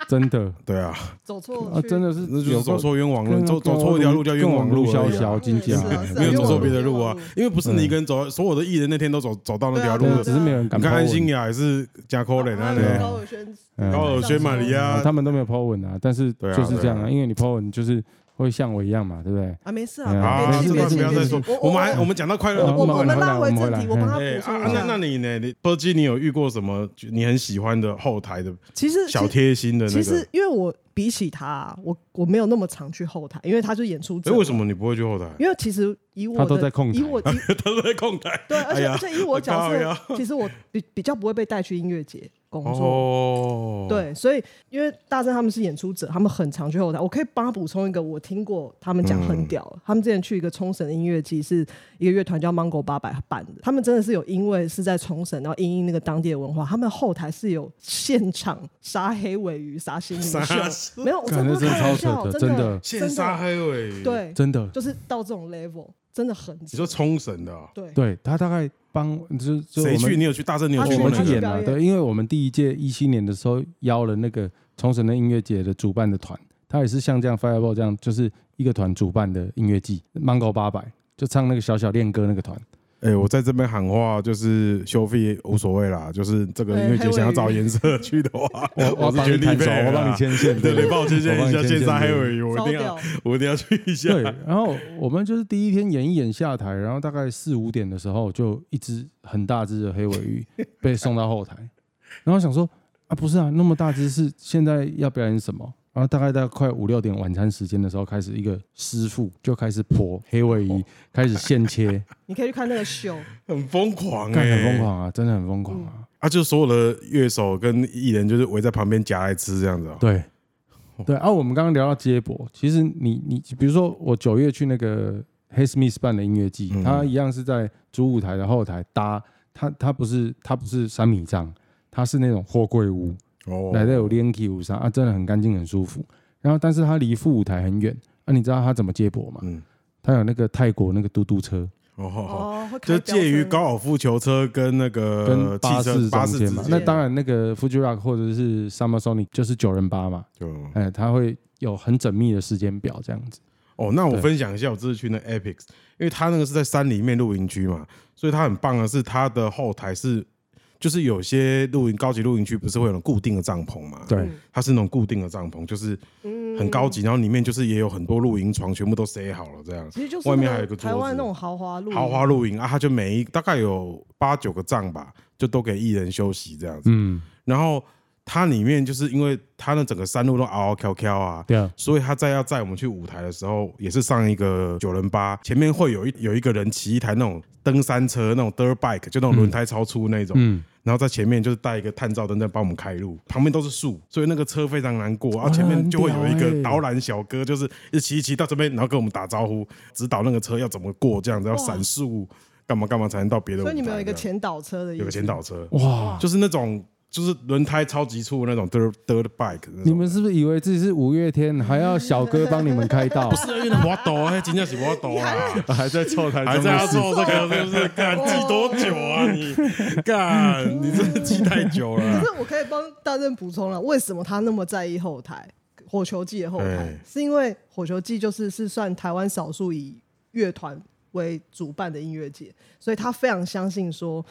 Speaker 1: 真的
Speaker 2: 对啊，
Speaker 3: 走错
Speaker 1: 啊，
Speaker 3: 去
Speaker 1: 真的是
Speaker 2: 那就
Speaker 1: 有
Speaker 2: 是走
Speaker 1: 够
Speaker 2: 错冤枉路，
Speaker 1: 跟
Speaker 2: 走
Speaker 1: 跟
Speaker 2: 走错一条路叫冤枉路
Speaker 1: 跟我
Speaker 2: 而
Speaker 1: 们路
Speaker 2: 已啊，
Speaker 1: 小金家
Speaker 3: 是啊是啊，
Speaker 2: 没有走错别的
Speaker 3: 冤
Speaker 2: 路
Speaker 3: 枉
Speaker 2: 啊
Speaker 3: 路，
Speaker 2: 因为不是你一个人走，所有的艺人那天都走走到那条路
Speaker 1: 嗯对啊
Speaker 2: 了
Speaker 1: 只。是没有人敢
Speaker 2: 你看
Speaker 1: 抛
Speaker 2: 安
Speaker 1: 文
Speaker 2: 心雅也是加可怜啊
Speaker 3: 然后
Speaker 1: 对
Speaker 3: 有
Speaker 1: 啊
Speaker 2: 嘞，
Speaker 3: 高尔轩，
Speaker 1: 嗯
Speaker 2: 高尔宣玛利
Speaker 1: 啊
Speaker 2: 亚，
Speaker 1: 他们都没有 po 文啊，但是
Speaker 2: 对啊
Speaker 1: 就是这样
Speaker 2: 对
Speaker 1: 啊，
Speaker 2: 啊
Speaker 1: 因为你 po 文就是会像我一样嘛，对不对？
Speaker 3: 啊，没事
Speaker 1: 嗯
Speaker 3: 啊，
Speaker 2: 啊，这
Speaker 3: 别气别
Speaker 2: 段
Speaker 3: 气
Speaker 2: 不要
Speaker 3: 别
Speaker 2: 再
Speaker 3: 气
Speaker 2: 说。
Speaker 3: 我
Speaker 2: 我们还我们讲到快乐的部
Speaker 3: 我们我
Speaker 2: 分
Speaker 3: 们
Speaker 1: 回来
Speaker 3: 拉回
Speaker 1: 我们
Speaker 3: 正
Speaker 1: 回
Speaker 3: 题，
Speaker 1: 来
Speaker 3: 我帮他
Speaker 1: 嗯
Speaker 2: 哎
Speaker 3: 补
Speaker 2: 啊
Speaker 3: 充
Speaker 2: 啊那
Speaker 3: 一下
Speaker 2: 那你呢？你波基，你有遇过什么就你很喜欢的后台的
Speaker 3: 其实
Speaker 2: 小贴心的那
Speaker 3: 其
Speaker 2: 个？
Speaker 3: 实因为我比起他啊，我我没有那么常去后台，因为他是演出者
Speaker 2: 哎，。为什？么你不会去后台？
Speaker 3: 因为其实以我
Speaker 1: 他都
Speaker 3: 的
Speaker 1: 在控台
Speaker 3: 以我以
Speaker 2: 他 都在控台。
Speaker 3: 对，而
Speaker 2: 哎
Speaker 3: 且
Speaker 2: 呀
Speaker 3: 而且以我角
Speaker 2: 我
Speaker 3: 色，其实我比比较不会被带去音乐节工作。
Speaker 2: 哦，，
Speaker 3: 对，所以因为大正他们是演出者，他们很常去后台。我可以帮他补充一个，我听过他们讲
Speaker 2: 嗯
Speaker 3: 很屌、他们之前去一个冲绳的音乐季，是一个乐团叫 Mango 八百办的。他们真的是有因为是在冲绳，然后因应那个当地的文化，他们后台是有现场杀黑尾鱼、杀新
Speaker 2: 杀
Speaker 3: 领袖，没有，我真的不是
Speaker 1: 干
Speaker 3: 开
Speaker 1: 那真的超扯
Speaker 3: 玩笑，
Speaker 1: 的
Speaker 3: 真
Speaker 1: 真的
Speaker 2: 现杀黑尾，，
Speaker 3: 对，
Speaker 1: 真的，
Speaker 3: 就是到这种 level，真的很
Speaker 2: 你说冲绳的哦，
Speaker 3: 对
Speaker 1: 对他大概帮就就
Speaker 2: 谁
Speaker 1: 我
Speaker 2: 去？
Speaker 1: 们
Speaker 2: 你有去大正？你有
Speaker 3: 他
Speaker 2: 去
Speaker 3: 去
Speaker 1: 我
Speaker 2: 吗
Speaker 1: 们
Speaker 3: 他
Speaker 1: 去
Speaker 3: 去
Speaker 1: 演
Speaker 3: 表
Speaker 1: 啊，
Speaker 3: 演
Speaker 1: 对，因为我们第一届一七年的时候邀了那个冲绳的音乐节的主办的团，他也是像这样 Fireball 这样，就是一个团主办的音乐季，Mango 八百就唱那个小小恋歌那个团，
Speaker 2: 哎、我在这边喊话，就是修费无所谓啦，就是这个音乐节想要找颜色去的话，
Speaker 1: 我
Speaker 2: 是
Speaker 1: 帮
Speaker 2: 觉
Speaker 1: 你
Speaker 2: 得
Speaker 1: 看
Speaker 2: 立
Speaker 1: 手，
Speaker 2: 贝
Speaker 1: 我帮你牵线，
Speaker 2: 啊 对对，帮我牵线一
Speaker 1: 我
Speaker 2: 下
Speaker 1: 帮你牵
Speaker 2: 现杀黑
Speaker 1: 线
Speaker 2: 尾鱼，我一
Speaker 3: 烧
Speaker 2: 定要
Speaker 3: 掉，
Speaker 2: 我一定要去一下。
Speaker 1: 对，然后我们就是第一天演一演下台，然后大概四五点的时候，就一只很大只的黑尾鱼被送到后台，然后想说啊，不是啊，那么大只是现在要表演什么？然后大概在快五六点晚餐时间的时候，开始一个师傅就开始剖黑尾鱼，开始现切，
Speaker 3: 你可以去看那个秀，
Speaker 2: 很疯狂、
Speaker 1: 干
Speaker 2: 欸，
Speaker 1: 很疯狂啊，真的很疯狂啊，
Speaker 2: 啊！就所有的乐手跟艺人就是围在旁边夹来吃这样子、哦。
Speaker 1: 对。对啊，我们刚刚聊到接驳，其实你你比如说我九月去那个 Hey Smith 办的音乐季，
Speaker 2: 嗯
Speaker 1: 它一样是在主舞台的后台搭，它它不是它不是三米帐，它是那种货柜屋，
Speaker 2: 哦，
Speaker 1: 来的有 Linky 舞衫啊，真的很干净很舒服。然后但是它离副舞台很远，啊，你知道它怎么接驳吗？
Speaker 2: 嗯，
Speaker 1: 它有那个泰国那个嘟嘟车
Speaker 2: 哦吼吼
Speaker 3: 哦，会
Speaker 2: 就
Speaker 3: 开飙
Speaker 2: 介于
Speaker 3: 车
Speaker 2: 高尔夫球车跟那
Speaker 1: 跟
Speaker 2: 个
Speaker 1: 巴
Speaker 2: 呃汽
Speaker 1: 士
Speaker 2: 车
Speaker 1: 中
Speaker 2: 巴士
Speaker 1: 间
Speaker 2: 之
Speaker 1: 嘛，
Speaker 2: 间
Speaker 1: 那当然那个 Fuji Rock 或者是 Summer Sonic 就是九人八嘛，
Speaker 2: 就
Speaker 1: 哎，它会有很缜密的时间表这样子。
Speaker 2: 哦，那我
Speaker 1: 对
Speaker 2: 分享一下，我这次去那 Epics，因为它那个是在山里面露营区嘛，所以它很棒的是它的后台是就是有些露营高级露营区不是会有那种固定的帐篷嘛？
Speaker 1: 对，
Speaker 2: 它是那种固定的帐篷，就是
Speaker 3: 嗯
Speaker 2: 很高级，然后里面就是也有很多露营床，全部都塞好了这样。
Speaker 3: 其实就是
Speaker 2: 外面
Speaker 3: 那
Speaker 2: 还有
Speaker 3: 种
Speaker 2: 一个桌
Speaker 3: 台湾
Speaker 2: 子
Speaker 3: 那种豪华路，
Speaker 2: 豪华露营啊，它就每一大概有八九个帐吧，就都给艺人休息这样子。
Speaker 1: 嗯，
Speaker 2: 然后它里面就是因为它那整个山路都嗷嗷飘飘啊，
Speaker 1: 对啊，
Speaker 2: 所以他在要载我们去舞台的时候，也是上一个九人八，前面会有一有一个人骑一台那种登山车，那种 dirt bike，就那种轮胎超粗那种，
Speaker 1: 嗯，
Speaker 2: 然后在前面就是带一个探照灯在帮我们开路，旁边都是树，所以那个车非常难过，然后前面就会有一
Speaker 1: 很屌欸
Speaker 2: 个导览小哥，就是一骑一骑到这边，然后跟我们打招呼，指导那个车要怎么过，这样子要闪树，干嘛干嘛才能到别的舞台
Speaker 3: 所
Speaker 2: 这样。
Speaker 3: 以你们有一个前导车的意思，
Speaker 2: 有个前导车，
Speaker 1: 哇，
Speaker 2: 就是那种就是轮胎超级粗的那种 dirt dirt bike 那种。
Speaker 1: 你们是不是以为自己是五月天，还要小哥帮你们开道
Speaker 2: 不？是啊，因为我抖，哎，真的是我抖啦，
Speaker 1: 还在凑台
Speaker 2: 还
Speaker 1: 中
Speaker 2: 在
Speaker 1: 的
Speaker 2: 要
Speaker 1: 事
Speaker 2: 做这个，是不是？干记多久啊你？干， 你真的记太久了
Speaker 3: 可。是我可以帮大正补充了，为什么他那么在意后台火球季的后台
Speaker 2: 哎？
Speaker 3: 是因为火球季就是是算台湾少数以乐团为主办的音乐节，所以他非常相信说，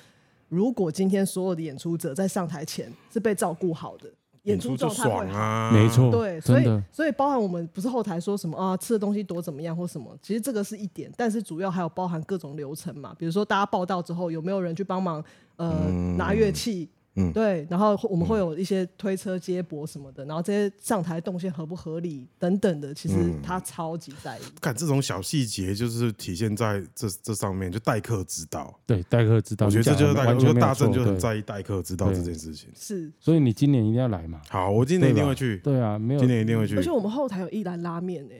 Speaker 3: 如果今天所有的演出者在上台前是被照顾好的， 演出
Speaker 2: 就
Speaker 3: 状态会
Speaker 2: 爽
Speaker 3: 好。
Speaker 2: 啊，
Speaker 1: 没。错，
Speaker 3: 嗯对，所
Speaker 1: 真
Speaker 3: 以
Speaker 1: 的，
Speaker 3: 所以包含我们不是后台说什么啊，吃的东西多怎么样或什么，其实这个是一点，但是主要还有包含各种流程嘛，比如说大家报道之后有没有人去帮忙呃、拿乐器。
Speaker 2: 嗯
Speaker 3: 对，然后我们会有一些推车接驳什么的，然后这些上台动线合不合理等等的，其
Speaker 2: 嗯
Speaker 3: 实他超级在意。
Speaker 2: 干这种小细节，就是体现在这这上面，就待客之道。
Speaker 1: 对，代课知道，
Speaker 2: 我觉得这
Speaker 1: 你
Speaker 2: 就
Speaker 1: 讲得
Speaker 2: 是待客，
Speaker 1: 完
Speaker 2: 我觉
Speaker 1: 全
Speaker 2: 得
Speaker 1: 没有
Speaker 2: 大
Speaker 1: 错
Speaker 2: 正就很
Speaker 1: 对
Speaker 2: 在意待客之道这件事情。
Speaker 3: 是，
Speaker 1: 所以你今年一定要来嘛，
Speaker 2: 好，我今年一
Speaker 1: 对
Speaker 2: 定
Speaker 1: 吧
Speaker 2: 会去，
Speaker 1: 对啊，没有
Speaker 2: 今年一定会去
Speaker 3: 而。且我们后台有一兰拉面呢、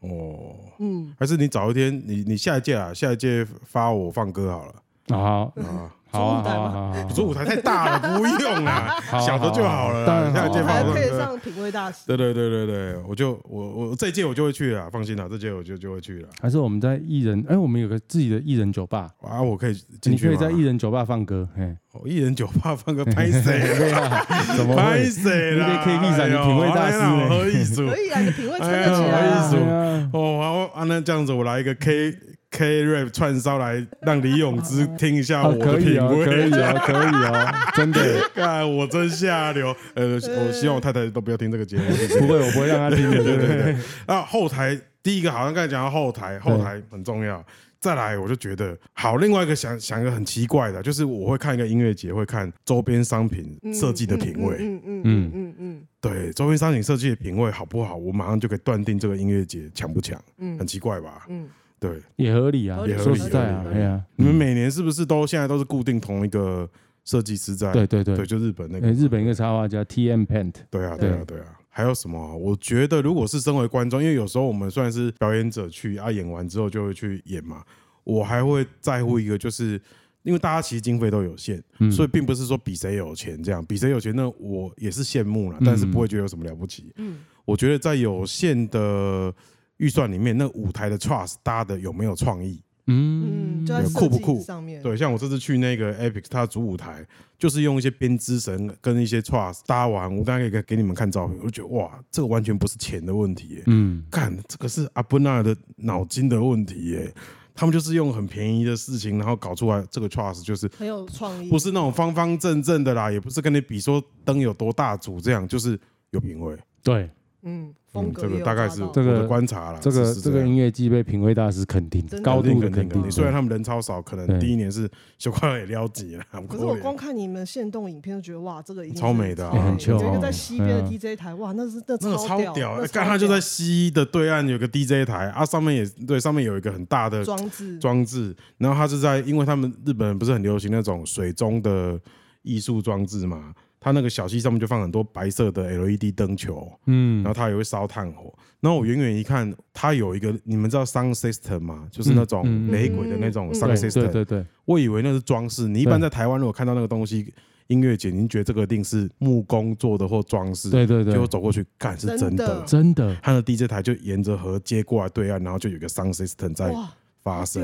Speaker 2: 哦，
Speaker 3: 嗯，
Speaker 2: 还是你早一天，你你下一届啊，下一届发我放歌好了
Speaker 1: 好，
Speaker 2: 啊。
Speaker 1: 好啊，
Speaker 3: 中午带
Speaker 1: 好啊
Speaker 3: 吗
Speaker 1: 好啊，好啊
Speaker 2: 主舞台太大了，不 用啦，
Speaker 1: 啊
Speaker 2: 小的就好了
Speaker 1: 当
Speaker 2: 啦。
Speaker 1: 然好啊
Speaker 2: 下一届
Speaker 1: 对
Speaker 2: 放
Speaker 3: 还
Speaker 1: 吧
Speaker 2: 我放
Speaker 3: 配
Speaker 2: 歌。
Speaker 3: 上品味大师，
Speaker 2: 哦对对对对对，我就我我这一届我就会去了，放心啦，这届我就就会去了。
Speaker 1: 还是我们在艺人，哎，我们有个自己的艺人酒吧，
Speaker 2: 啊，我可以进
Speaker 1: 你
Speaker 2: 去
Speaker 1: 可
Speaker 2: 吗
Speaker 1: 以在艺人酒吧放歌，哎，
Speaker 2: 哦一人酒吧放个拍 谁？
Speaker 1: 对啊，怎么
Speaker 2: 拍
Speaker 1: 会？
Speaker 2: 谁啦？
Speaker 1: 你得 K B 上
Speaker 2: 哎呦
Speaker 1: 你品味大师呢
Speaker 2: 哎呀我喝艺术
Speaker 3: 可。以啊，你的品味撑得
Speaker 2: 哎呀
Speaker 3: 起
Speaker 2: 不
Speaker 3: 来、
Speaker 2: 好意思
Speaker 3: 啊。
Speaker 1: 对啊，
Speaker 2: 哦，我啊，那这样子我来一个 K K rap 串烧来让李永芝听一下
Speaker 1: 好，
Speaker 2: 啊我的
Speaker 1: 可以
Speaker 2: 品
Speaker 1: 哦， 可以
Speaker 2: 味。
Speaker 1: 哦，可以 哦，真的，
Speaker 2: 看我真下流。呃，我希望我太太都不要听这个节目。谢谢
Speaker 1: 不会，我不会让他听的，对
Speaker 2: 对对
Speaker 1: 不对？
Speaker 2: 对。 那后台第一个好像刚才讲到后台，后台很重要。再来，我就觉得好。另外一个想想一个很奇怪的，就是我会看一个音乐节，会看周边商品设计的品味。
Speaker 3: 嗯嗯嗯嗯嗯
Speaker 2: 对，周边商品设计的品味好不好，我马上就可以断定这个音乐节强不强。
Speaker 3: 嗯
Speaker 2: 很奇怪吧？
Speaker 3: 嗯
Speaker 2: 对，
Speaker 1: 也合理啊
Speaker 3: 合理，
Speaker 1: 说实在啊
Speaker 2: 合，理合
Speaker 1: 哎
Speaker 3: 理
Speaker 1: 呀，
Speaker 2: 你们每年是不是都现在都是固定同一个设计师在？
Speaker 1: 对对对
Speaker 2: 对，，就日本那
Speaker 1: 哎，
Speaker 2: 个。
Speaker 1: 日本一个插画家 T M Paint，
Speaker 2: 对啊，对啊，对啊。还有什么啊？我觉得如果是身为观众，因为有时候我们虽然是表演者去啊，演完之后就会去演嘛，我还会在乎一个，就是因为大家其实经费都有限，
Speaker 1: 嗯
Speaker 2: 所以并不是说比谁有钱这样，比谁有钱那我也是羡慕啦，但是不会觉得有什么了不起。
Speaker 3: 嗯
Speaker 2: 我觉得在有限的预算里面，那舞台的 trust 搭的有没有创意？
Speaker 1: 嗯
Speaker 3: 嗯，就在
Speaker 2: 酷不
Speaker 3: 设计
Speaker 2: 酷
Speaker 3: 上面，
Speaker 2: 对，像我这次去那个 Epic，它的主舞台就是用一些编织绳跟一些 truss 搭完，我大概可以给你们看照片，我就觉得哇，这个完全不是钱的问题耶，
Speaker 1: 嗯，
Speaker 2: 干这个是阿布纳的脑筋的问题耶，他们就是用很便宜的事情，然后搞出来这个 truss 就是
Speaker 3: 很有创意。
Speaker 2: 不是那种方方正正的啦，也不是跟你比说灯有多大组这样，就是有品味，
Speaker 1: 对，
Speaker 3: 嗯，风
Speaker 2: 嗯，
Speaker 3: 格
Speaker 2: 这
Speaker 3: 也
Speaker 2: 个
Speaker 3: 有
Speaker 2: 大概
Speaker 3: 抓
Speaker 2: 是
Speaker 3: 到
Speaker 2: 我
Speaker 1: 这个
Speaker 2: 的观察啦，
Speaker 1: 这个
Speaker 2: 是是
Speaker 1: 这
Speaker 2: 样
Speaker 1: 个音乐季被品味大师肯定
Speaker 3: 真，的
Speaker 1: 高度的肯
Speaker 2: 肯定
Speaker 1: 定
Speaker 2: 肯，定，
Speaker 1: 对
Speaker 2: 虽然他们人超少，可能
Speaker 1: 对
Speaker 2: 第一年是小快也撩啊急了，可
Speaker 3: 可是我光看你们现动影片就觉得哇，这个一定是
Speaker 2: 超美的啊
Speaker 3: 超
Speaker 2: 也很
Speaker 3: 美有一
Speaker 1: chill
Speaker 3: 个
Speaker 1: 啊
Speaker 3: 在西边的
Speaker 1: 嗯
Speaker 3: DJ 台，哇，那是那
Speaker 2: 那个超屌，
Speaker 3: 屌，那
Speaker 2: 欸
Speaker 3: 超
Speaker 2: 干他就在
Speaker 3: 屌
Speaker 2: 西的对岸有个 DJ 台啊，上面也对，上面有一个很大的
Speaker 3: 装置，
Speaker 2: 装置，然后他是在，因为他们日本人不是很流行那种水中的艺术装置嘛，他那个小溪上面就放很多白色的 LED 灯球，
Speaker 1: 嗯
Speaker 2: 然后他也会烧炭火，然后我远远一看，他有一个你们知道 Sound System 吗？就是那种
Speaker 1: 嗯嗯嗯
Speaker 2: 雷鬼的那种
Speaker 3: 嗯嗯
Speaker 2: ，Sound
Speaker 1: 对
Speaker 2: System，
Speaker 1: 对对对，
Speaker 2: 我以为那是装饰。你一般在台湾如果看到那个东西，音乐节，您觉得这个一定是木工做的或装饰？
Speaker 1: 对对对
Speaker 2: 结果走过去，干是真
Speaker 3: 真
Speaker 2: 的
Speaker 3: 的。
Speaker 1: 真的，
Speaker 2: 他的 DJ 台就沿着河接过来对岸，然后就有一个 sound system 在
Speaker 3: 哇，
Speaker 2: 发声，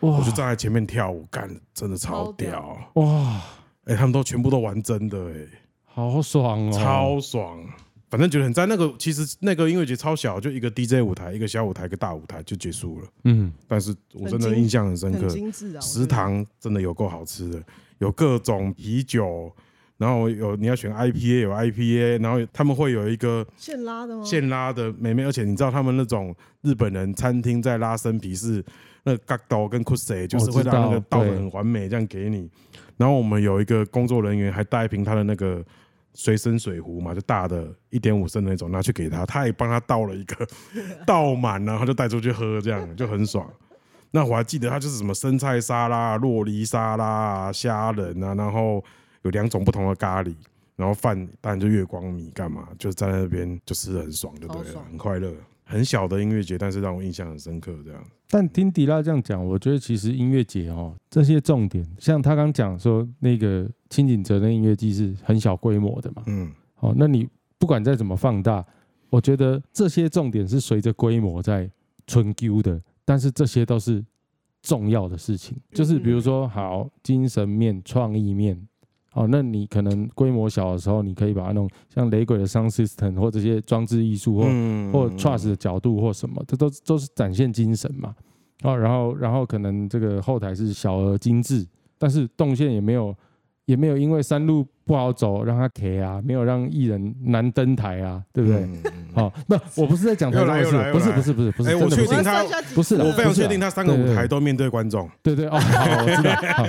Speaker 1: 哇
Speaker 2: 我就站在前面跳舞，干真的超
Speaker 3: 超
Speaker 2: 屌！
Speaker 1: 哇，
Speaker 2: 哎，他们都全部都玩真的，哎，
Speaker 1: 好爽哦，
Speaker 2: 欸超爽！反正觉得很赞。那个其实那个音乐节超小，就一个 DJ 舞台，一个小舞台，一个大舞台就结束了。
Speaker 1: 嗯，
Speaker 2: 但是我真的印象很深刻
Speaker 3: 很，精致啊，我觉得
Speaker 2: 食堂真的有够好吃的，有各种啤酒，然后有你要选 IPA 有 IPA，然后他们会有一个
Speaker 3: 现拉的吗？
Speaker 2: 现拉的美眉，而且你知道他们那种日本人餐厅在拉生皮是那个嘎刀跟 kuse，就是会让那个倒的很完美，这样给你。然后我们有一个工作人员还带一瓶他的那个随身水壶嘛，就大的一点五升的那种，拿去给他，他也帮他倒了一个倒满，然后就带出去喝，这样就很爽。那我还记得他就是什么生菜沙拉、洛梨沙拉啊、虾仁啊，然后有两种不同的咖喱，然后饭当然就月光米干嘛，就在那边就吃的很爽，就对
Speaker 3: 好
Speaker 2: 了
Speaker 3: 爽，
Speaker 2: 很快乐。很小的音乐节，但是让我印象很深刻，这样。
Speaker 1: 但听迪拉这样讲，我觉得其实音乐节哦，这些重点，像他刚讲说那个清景泽的音乐季是很小规模的嘛，
Speaker 2: 嗯，
Speaker 1: 哦，那你不管再怎么放大，我觉得这些重点是随着规模在存 Q 的，但是这些都是重要的事情。就是比如说，好，精神面、创意面，哦，那你可能规模小的时候，你可以把它弄像雷鬼的 sound system 或这些装置艺术或
Speaker 2: 嗯
Speaker 1: 或 trust 的角度或什么，这都都是展现精神嘛。哦，然后然后可能这个后台是小而精致，但是动线也没有也没有因为山路不好走让他 K 啊，没有让艺人难登台啊，对不对？
Speaker 2: 嗯嗯嗯
Speaker 1: 好，那我不是在讲台
Speaker 2: 又
Speaker 1: 中
Speaker 2: 来
Speaker 1: 的
Speaker 2: 又来
Speaker 1: 事，
Speaker 2: 又
Speaker 1: 不是
Speaker 2: 来
Speaker 1: 不是不是不是，真
Speaker 2: 哎
Speaker 1: 的
Speaker 2: 我
Speaker 1: 不
Speaker 2: 确
Speaker 1: 是
Speaker 2: 定他
Speaker 3: 我要算一下几
Speaker 1: 不是啦
Speaker 2: 我非常
Speaker 1: 不是
Speaker 2: 确
Speaker 1: 啦
Speaker 2: 定他三个舞台都面对观众，
Speaker 1: 对对哦，好，我知道。好，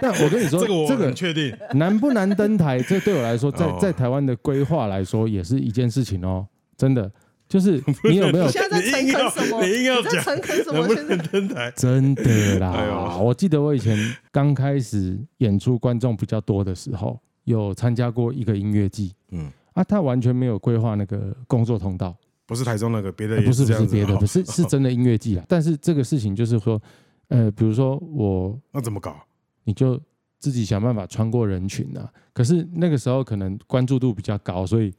Speaker 1: 但我跟你说，
Speaker 2: 这个我
Speaker 1: 这个
Speaker 2: 很确定。
Speaker 1: 难不难登台，这对我来说，在
Speaker 2: 哦
Speaker 1: 在台湾的规划来说，也是一件事情哦，真的。就是你有没有
Speaker 3: 你现在在诚恳什么？
Speaker 2: 你硬要
Speaker 3: 你在诚恳什么？现在
Speaker 2: 登台？
Speaker 1: 真的啦！
Speaker 2: 哎呦
Speaker 1: 我记得我以前刚开始演出观众比较多的时候，有参加过一个音乐季，
Speaker 2: 嗯
Speaker 1: 嗯，啊，他完全没有规划那个工作通道，
Speaker 2: 不是台中那个，别的
Speaker 1: 呃
Speaker 2: 也
Speaker 1: 不是
Speaker 2: 这
Speaker 1: 不
Speaker 2: 样
Speaker 1: 是
Speaker 2: 子
Speaker 1: 别的，
Speaker 2: 哦
Speaker 1: 不是是真的音乐季 啊。但是这个事情就是说，呃，比如说我，
Speaker 2: 那怎么搞？
Speaker 1: 你就自己想办法穿过人群啊。可是那个时候可能关注度比较高，所以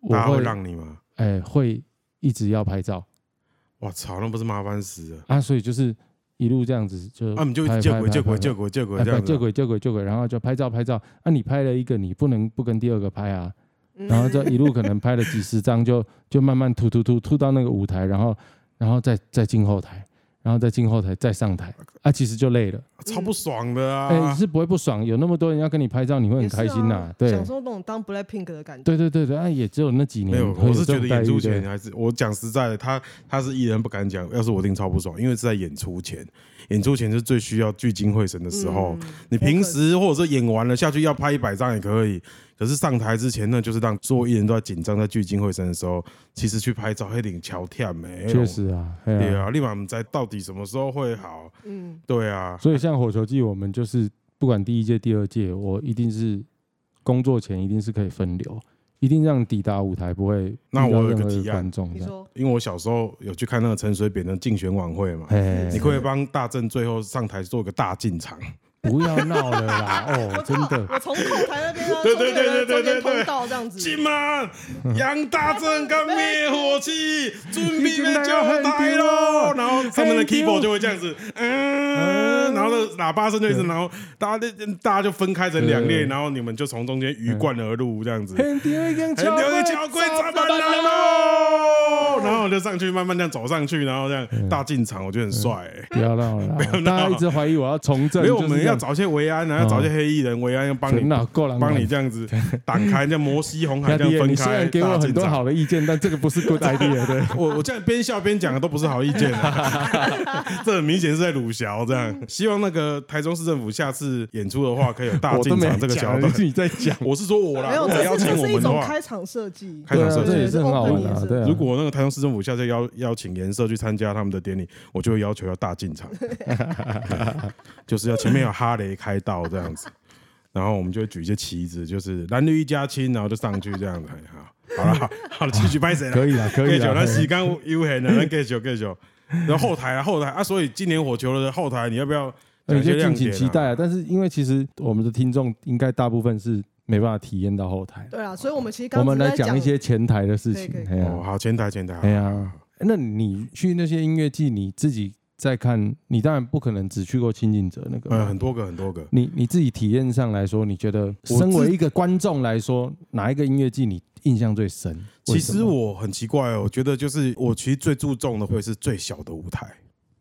Speaker 1: 我
Speaker 2: 大家会
Speaker 1: 会，
Speaker 2: 让你吗？
Speaker 1: 哎、会一直要拍照
Speaker 2: 我操，那不是麻烦死了！
Speaker 1: 啊，所以就是一路这样子就
Speaker 2: 啊，我们就一
Speaker 1: 拍
Speaker 2: 直救
Speaker 1: 拍
Speaker 2: 鬼、救
Speaker 1: 拍
Speaker 2: 鬼、
Speaker 1: 拍
Speaker 2: 救鬼、救鬼
Speaker 1: 哎
Speaker 2: 这样
Speaker 1: 不
Speaker 2: 子。
Speaker 1: 救鬼救鬼救鬼，然后就拍照拍照。啊，你拍了一个，你不能不跟第二个拍啊。
Speaker 3: 嗯
Speaker 2: 嗯
Speaker 1: 然后这一路可能拍了几十张，就就慢慢突突突突到那个舞台，然后然后再再进后台，然后再进后台再上台啊，其实就累了。
Speaker 2: 超不爽的
Speaker 1: 哎、
Speaker 2: 啊！
Speaker 1: 是不会不爽，有那么多人要跟你拍照，你会很开心呐、
Speaker 3: 也
Speaker 1: 对
Speaker 3: 是啊享受那种当 Black Pink 的感觉。
Speaker 1: 对对对对，啊，也只有那几
Speaker 2: 没
Speaker 1: 年
Speaker 2: 有，
Speaker 1: 会
Speaker 2: 我是
Speaker 1: 这
Speaker 2: 觉
Speaker 1: 种
Speaker 2: 得
Speaker 1: 待
Speaker 2: 演
Speaker 1: 遇
Speaker 2: 出
Speaker 1: 对
Speaker 2: 前还是我讲实在的，他他是艺人不敢讲，要是我一定超不爽，因为是在演出前，演出前是最需要聚精会神的时候。
Speaker 3: 嗯
Speaker 2: 你平时或者说演完了下去要拍一百张也可以，可是上台之前呢，就是让所有艺人都在紧张、在聚精会神的时候，其实去拍照还挺桥跳没。
Speaker 1: 确实啊，
Speaker 2: 对
Speaker 1: 对啊。
Speaker 2: 啊，立马我们在到底什么时候会好？
Speaker 3: 嗯，
Speaker 2: 对啊，
Speaker 1: 所以像火球季，我们就是不管第一届、第二届，我一定是工作前一定是可以分流，一定让抵达舞台不会
Speaker 2: 那我有
Speaker 1: 遇到
Speaker 2: 一
Speaker 1: 任
Speaker 2: 个
Speaker 1: 何
Speaker 2: 提
Speaker 1: 的
Speaker 2: 案
Speaker 1: 观众
Speaker 3: 你
Speaker 1: 这样。
Speaker 3: 说
Speaker 2: 因为我小时候有去看那个陈水扁的竞选晚会嘛，
Speaker 1: 哎
Speaker 2: 你可不可以帮大正最后上台做个大进场，
Speaker 1: 不要闹了 啦！哦，真的，
Speaker 3: 我从后台那边啊，
Speaker 2: 对对对对对
Speaker 3: 中间
Speaker 2: 对对
Speaker 3: 通道这样子，
Speaker 2: 进门，杨大正刚灭火器，准备被救台 喽。然后他们的 keyboard 就会这样子，嗯，然后那喇叭声就一
Speaker 1: 嗯
Speaker 2: 直，然后大家就大家就分开成两列，
Speaker 1: 对
Speaker 2: 然后你们就从中间鱼贯而入这样子。
Speaker 1: 很丢一根
Speaker 2: 很
Speaker 1: 桥
Speaker 2: 有一条龟砸板了喽，然后我就上去慢慢这样走上去，然后这
Speaker 1: 嗯
Speaker 2: 样大进场，我觉得很帅、欸。
Speaker 1: 不要闹了啦！大家一直怀疑我要从政，
Speaker 2: 没有，我
Speaker 1: 就是
Speaker 2: 们
Speaker 1: 这
Speaker 2: 要
Speaker 1: 样
Speaker 2: 找一些维安啊，要找一些黑衣人，维安要帮你
Speaker 1: 全脑够了，
Speaker 2: 帮你这 样子挡开，像摩西红海
Speaker 1: 亚
Speaker 2: 这
Speaker 1: 迪
Speaker 2: 样
Speaker 1: 耶。
Speaker 2: 分
Speaker 1: 你虽
Speaker 2: 开。
Speaker 1: 然给我
Speaker 2: 大
Speaker 1: 很
Speaker 2: 进
Speaker 1: 多
Speaker 2: 场
Speaker 1: 好的意见，但这个不是 good idea，对。
Speaker 2: 我我这样边笑边讲的都不是好意见 啊，这很明显是在鲁小这
Speaker 3: 嗯
Speaker 2: 样。希望那个台中市政府下次演出的话，可以有大
Speaker 1: 我都
Speaker 2: 进
Speaker 1: 没
Speaker 2: 场这个桥
Speaker 1: 讲，
Speaker 2: 段
Speaker 1: 是。你在讲。
Speaker 2: 我是说我啦
Speaker 3: 没，有，
Speaker 2: 我只
Speaker 3: 这
Speaker 2: 邀
Speaker 3: 是
Speaker 2: 请
Speaker 3: 这
Speaker 2: 我
Speaker 3: 是一
Speaker 2: 们的
Speaker 3: 种
Speaker 2: 话，
Speaker 3: 开场设计，
Speaker 2: 开场设计
Speaker 1: 啊这也是很好玩啊，对啊。
Speaker 2: 如果那个台中市政府下次邀邀请颜社去参加他们的典礼，我就会要求要大进 场，就是要前面有哈雷开道这样子，然后我们就会举一些旗子，就是蓝绿一家亲，然后就上去这样子。好，好了，好了，继续拍谁了？
Speaker 1: 可以啦，可以
Speaker 2: 继续，
Speaker 1: 啦
Speaker 2: 那，时间悠闲的，那继续继续。然后后台啊，后台啊，所以今年火球的后台，你要不要讲
Speaker 1: 你
Speaker 2: 一些
Speaker 1: 就
Speaker 2: 亮
Speaker 1: 敬请
Speaker 2: 点、啊？
Speaker 1: 期待啊！但是因为其实我们的听众应该大部分是没办法体验到后台，
Speaker 3: 对啊，所以我们其实
Speaker 1: 我
Speaker 3: 刚刚
Speaker 1: 们来
Speaker 3: 只是在
Speaker 1: 讲一些前台的事情
Speaker 2: 哦
Speaker 3: 可以可以。
Speaker 1: 哎呀
Speaker 2: 哦，好，前台前台。
Speaker 1: 哎呀，那你去那些音乐季，你自己再看，你当然不可能只去过清景泽那个
Speaker 2: 呃，
Speaker 1: 嘛。
Speaker 2: 很多个很多个，
Speaker 1: 你你自己体验上来说，你觉得身为一个观众来说，哪一个音乐季你印象最深？
Speaker 2: 其
Speaker 1: 为什
Speaker 2: 实
Speaker 1: 么
Speaker 2: 我很奇怪哦，我觉得就是我其实最注重的会是最小的舞台。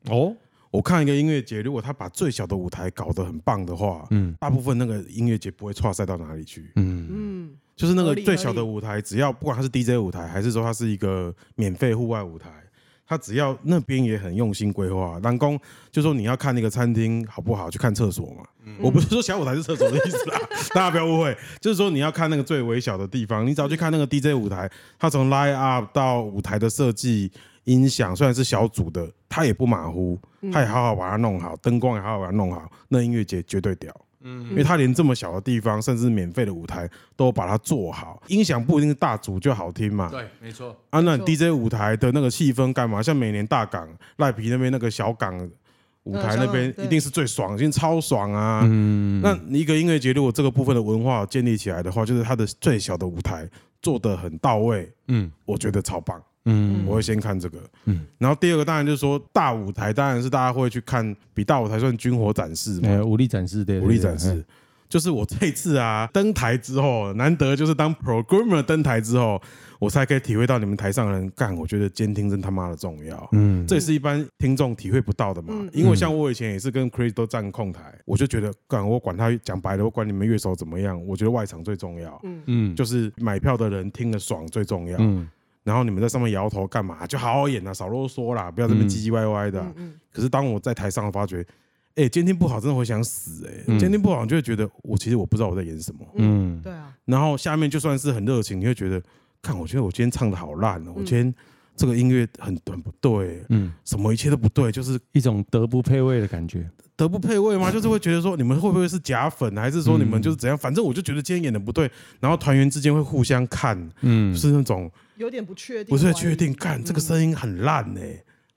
Speaker 1: 哦，
Speaker 2: 我看一个音乐节，如果他把最小的舞台搞得很棒的话，
Speaker 1: 嗯
Speaker 2: 大部分那个音乐节不会差赛到哪里去。
Speaker 1: 嗯
Speaker 3: 嗯，
Speaker 2: 就是那
Speaker 3: 合
Speaker 2: 个
Speaker 3: 理
Speaker 2: 最
Speaker 3: 合
Speaker 2: 小的
Speaker 3: 理
Speaker 2: 舞台，只要不管它是 DJ 舞台，还是说它是一个免费户外舞台，它只要那边也很用心规划。南宫就说你要看那个餐厅好不好，去看厕所嘛。
Speaker 3: 嗯
Speaker 2: 我不是说小舞台是厕所的意思啦， 大家不要误会，就是说你要看那个最微小的地方，你只要去看那个 DJ 舞台，它从 line up 到舞台的设计、音响，虽然是小组的，它也不马虎，它也好好把它弄好，灯光也好好把它弄好，那音乐节绝对屌。因为他连这么小的地方，甚至免费的舞台都把它做好，音响不一定是大组就好听嘛。
Speaker 1: 对，没错，
Speaker 2: 啊，那你
Speaker 3: 没
Speaker 2: DJ 舞台的那个气氛干嘛？像每年大港赖皮那边那个小港舞台
Speaker 3: 嗯
Speaker 2: 那
Speaker 3: 小
Speaker 2: 边
Speaker 3: 港，对
Speaker 2: 一定是最爽，一定超爽啊！
Speaker 1: 嗯
Speaker 2: 那你一个音乐节如果这个部分的文化建立起来的话，就是它的最小的舞台做的很到位，
Speaker 1: 嗯
Speaker 2: 我觉得超棒。
Speaker 1: 嗯
Speaker 2: 我会先看这个，
Speaker 1: 嗯
Speaker 2: 嗯，然后第二个当然就是说大舞台，当然是大家会去看比大舞台算军火展示嘛，
Speaker 1: 呃，武力展示对，对
Speaker 2: 武力展，
Speaker 1: 对
Speaker 2: 示。就是我这一次啊登台之后，难得就是当 programmer 登台之后，我才可以体会到你们台上的人干，我觉得监听真他妈的重要。
Speaker 1: 嗯，
Speaker 2: 这也是一般听众体会不到的嘛，
Speaker 3: 嗯
Speaker 2: 因为像我以前也是跟 Chris 都站控台，我就觉得，干我管他讲白了，我管你们乐手怎么样，我觉得外场最重要，
Speaker 1: 嗯
Speaker 2: 就是买票的人听得爽最重要。
Speaker 1: 嗯
Speaker 2: 然后你们在上面摇头干嘛？就好好演啊，少啰嗦啦，不要这么
Speaker 1: 嗯
Speaker 2: 唧唧歪歪的啊、
Speaker 3: 嗯嗯，
Speaker 2: 可是当我在台上发觉，哎、监听不好，真的会想死哎、
Speaker 1: 嗯
Speaker 2: 监听不好，你就会觉得我其实我不知道我在演什么。
Speaker 1: 嗯，
Speaker 3: 对啊，
Speaker 2: 然后下面就算是很热情，你会觉得，看，我觉得我今天唱的好烂哦、我今天这个音乐很很不对、
Speaker 1: 嗯，
Speaker 2: 什么一切都不对，就是
Speaker 1: 一种德不配位的感觉，
Speaker 2: 德不配 位吗？就是会觉得说，你们会不会是假粉，还是说你
Speaker 1: 嗯
Speaker 2: 们就是怎样？反正我就觉得今天演的不对，然后团员之间会互相看，
Speaker 1: 嗯
Speaker 2: 是那种
Speaker 3: 有点不确定，嗯
Speaker 2: 不是确定，
Speaker 3: 看
Speaker 2: 干这个声音很烂呢、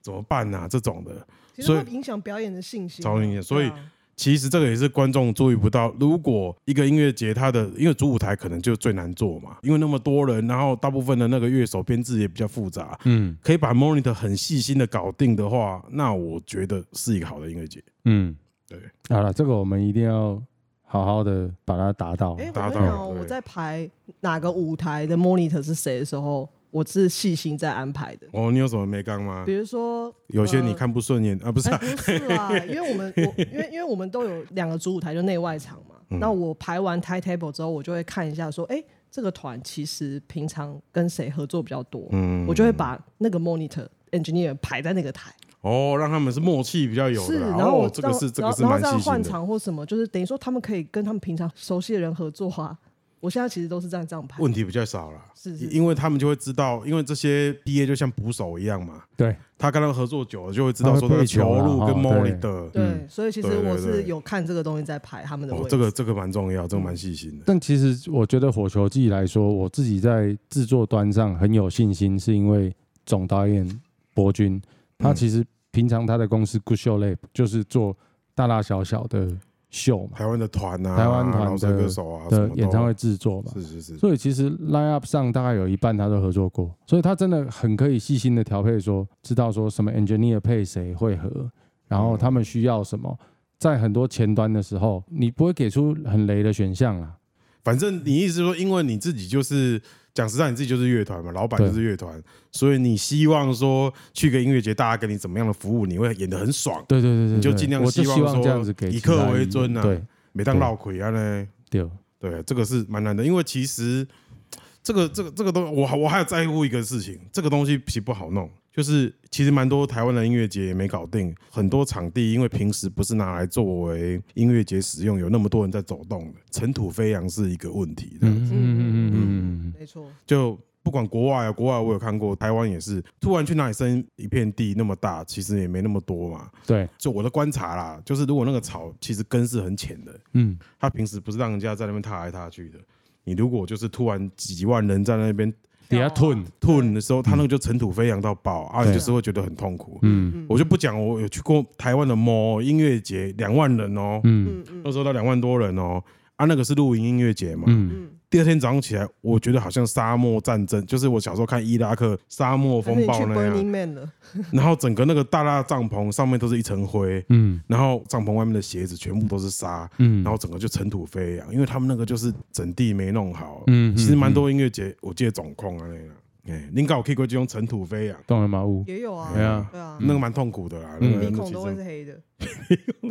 Speaker 2: 怎么办啊？这种的，
Speaker 3: 其
Speaker 2: 所以
Speaker 3: 实会影响表演的信心啊，
Speaker 2: 超影响所以
Speaker 3: 对啊
Speaker 2: 其实这个也是观众注意不到。如果一个音乐节，它的因为主舞台可能就最难做嘛，因为那么多人，然后大部分的那个乐手编制也比较复杂，
Speaker 1: 嗯
Speaker 2: 可以把 monitor 很细心的搞定的话，那我觉得是一个好的音乐节。
Speaker 1: 嗯，
Speaker 2: 对，
Speaker 1: 好了，这个我们一定要好好的把它达到，
Speaker 3: 哎，我
Speaker 2: 达
Speaker 3: 跟你
Speaker 2: 到
Speaker 3: 讲哦，
Speaker 2: 对
Speaker 3: 我在排哪个舞台的 monitor 是谁的时候，我是细心在安排的。
Speaker 2: 哦，你有什么没干吗
Speaker 3: 比？如说，
Speaker 2: 有些你看不顺眼啊，不是
Speaker 3: 哎，
Speaker 2: 啊、
Speaker 3: 不是啦，因为我们我因为因为我们都有两个主舞台，就内外场嘛。
Speaker 2: 嗯
Speaker 3: 那我排完 tie table 之后，我就会看一下说，哎，这个团其实平常跟谁合作比较多，
Speaker 2: 嗯
Speaker 3: 我就会把那个 monitor engineer 排在那个台。
Speaker 2: 哦，让他们是默契比较有
Speaker 3: 是，
Speaker 2: 的啦。
Speaker 3: 然后我
Speaker 2: 哦、这个是这个
Speaker 3: 然后
Speaker 2: 是
Speaker 3: 然后
Speaker 2: 蛮
Speaker 3: 这样
Speaker 2: 细
Speaker 3: 换
Speaker 2: 心的。
Speaker 3: 场或什么，就是等于说他们可以跟他们平常熟悉的人合作啊。我现在其实都是这样这样排。
Speaker 2: 问题比较少啦，
Speaker 3: 是是
Speaker 2: 因为他们就会知道，因为这些 B A 就像捕手一样嘛，
Speaker 1: 对，
Speaker 2: 他跟他们合作久了就会知道说
Speaker 1: 他
Speaker 2: 这
Speaker 1: 会
Speaker 2: 个
Speaker 1: 背球
Speaker 2: 球
Speaker 1: 啦
Speaker 2: 路跟
Speaker 1: 哦对
Speaker 2: monitor，
Speaker 3: 对，所以其实
Speaker 2: 对对
Speaker 3: 我
Speaker 2: 对
Speaker 3: 是有看这个东西在排他们的位
Speaker 2: 哦
Speaker 3: 置。，嗯
Speaker 2: 这个这个蛮重要，这个蛮细心的。
Speaker 1: 但其实我觉得《火球季》来说，我自己在制作端上很有信心，是因为总导演博君，他
Speaker 2: 嗯
Speaker 1: 其实平常他的公司 Good Show Lab 就是做大大小小的秀嘛，
Speaker 2: 台湾的团啊，
Speaker 1: 台湾团的
Speaker 2: 老舌歌手啊，
Speaker 1: 的
Speaker 2: 什么都
Speaker 1: 演唱会制作嘛，
Speaker 2: 是是是，
Speaker 1: 所以其实 Line Up 上大概有一半他都合作过，所以他真的很可以细心的调配说知道说什么 engineer 配谁会合，然后他们需要什么。在很多前端的时候，你不会给出很雷的选项啊，
Speaker 2: 反正你意思是说，因为你自己就是讲实在，你自己就是乐团嘛，老板就是乐团，所以你希望说去个音乐节，大家给你怎么样的服务，你会演得很爽，
Speaker 1: 对对对对对，
Speaker 2: 你就尽量
Speaker 1: 我就
Speaker 2: 希望
Speaker 1: 希望
Speaker 2: 说
Speaker 1: 这样子给其
Speaker 2: 以
Speaker 1: 他
Speaker 2: 客为
Speaker 1: 人
Speaker 2: 尊啊
Speaker 1: 对
Speaker 2: 每当闹亏啊呢，
Speaker 1: 对，
Speaker 2: 对，这个是蛮难的，因为其实这个这个这个东，我我还有在乎一个事情，这个东西其实不好弄，就是其实蛮多台湾的音乐节也没搞定，很多场地因为平时不是拿来作为音乐节使用，有那么多人在走动的，尘土飞扬是一个问题的，
Speaker 1: 嗯嗯嗯嗯嗯
Speaker 3: 没错，
Speaker 2: 就。不管国外啊，国外我有看过，台湾也是，突然去哪里生一片地那么大，其实也没那么多嘛。
Speaker 1: 嗯，对，
Speaker 2: 就我的观察啦，就是如果那个草其实根是很浅的，
Speaker 1: 嗯
Speaker 2: 他平时不是让人家在那边踏来踏去的。你如果就是突然几万人在那边
Speaker 1: 底下吞，
Speaker 3: 哦
Speaker 1: 嗯
Speaker 2: 吞的时候，他那个就尘土飞扬到爆啊，
Speaker 1: 对
Speaker 2: 你就是会觉得很痛苦。
Speaker 1: 嗯
Speaker 2: 我就不讲，我有去过台湾的 mall 音乐节，两万人哦，
Speaker 1: 嗯
Speaker 3: 嗯嗯
Speaker 2: 那时候到两万多人哦，啊，那个是露营音乐节嘛，
Speaker 1: 嗯
Speaker 3: 嗯，
Speaker 2: 第二天早上起来，我觉得好像沙漠战争，就是我小时候看伊拉克沙漠
Speaker 3: 还
Speaker 2: 风
Speaker 3: 是你去
Speaker 2: 暴那
Speaker 3: Burning
Speaker 2: 样。
Speaker 3: Man 了，
Speaker 2: 然后整个那个大大帐篷上面都是一层灰，
Speaker 1: 嗯
Speaker 2: 然后帐篷外面的鞋子全部都是沙，
Speaker 1: 嗯，
Speaker 2: 然后整个就尘土飞扬，因为他们那个就是整地没弄好。
Speaker 1: 嗯嗯
Speaker 2: 其实蛮多音乐节，我记得总控啊那个，哎，林高 K 过就用尘土飞扬，
Speaker 1: 动了吗？雾，
Speaker 3: 也有啊，
Speaker 1: 哎呀
Speaker 3: 对啊，
Speaker 2: 那个蛮痛苦的啦。
Speaker 1: 嗯
Speaker 2: 那个
Speaker 3: 鼻
Speaker 2: 那
Speaker 3: 孔
Speaker 2: 其
Speaker 3: 都会
Speaker 2: 实
Speaker 3: 是黑的，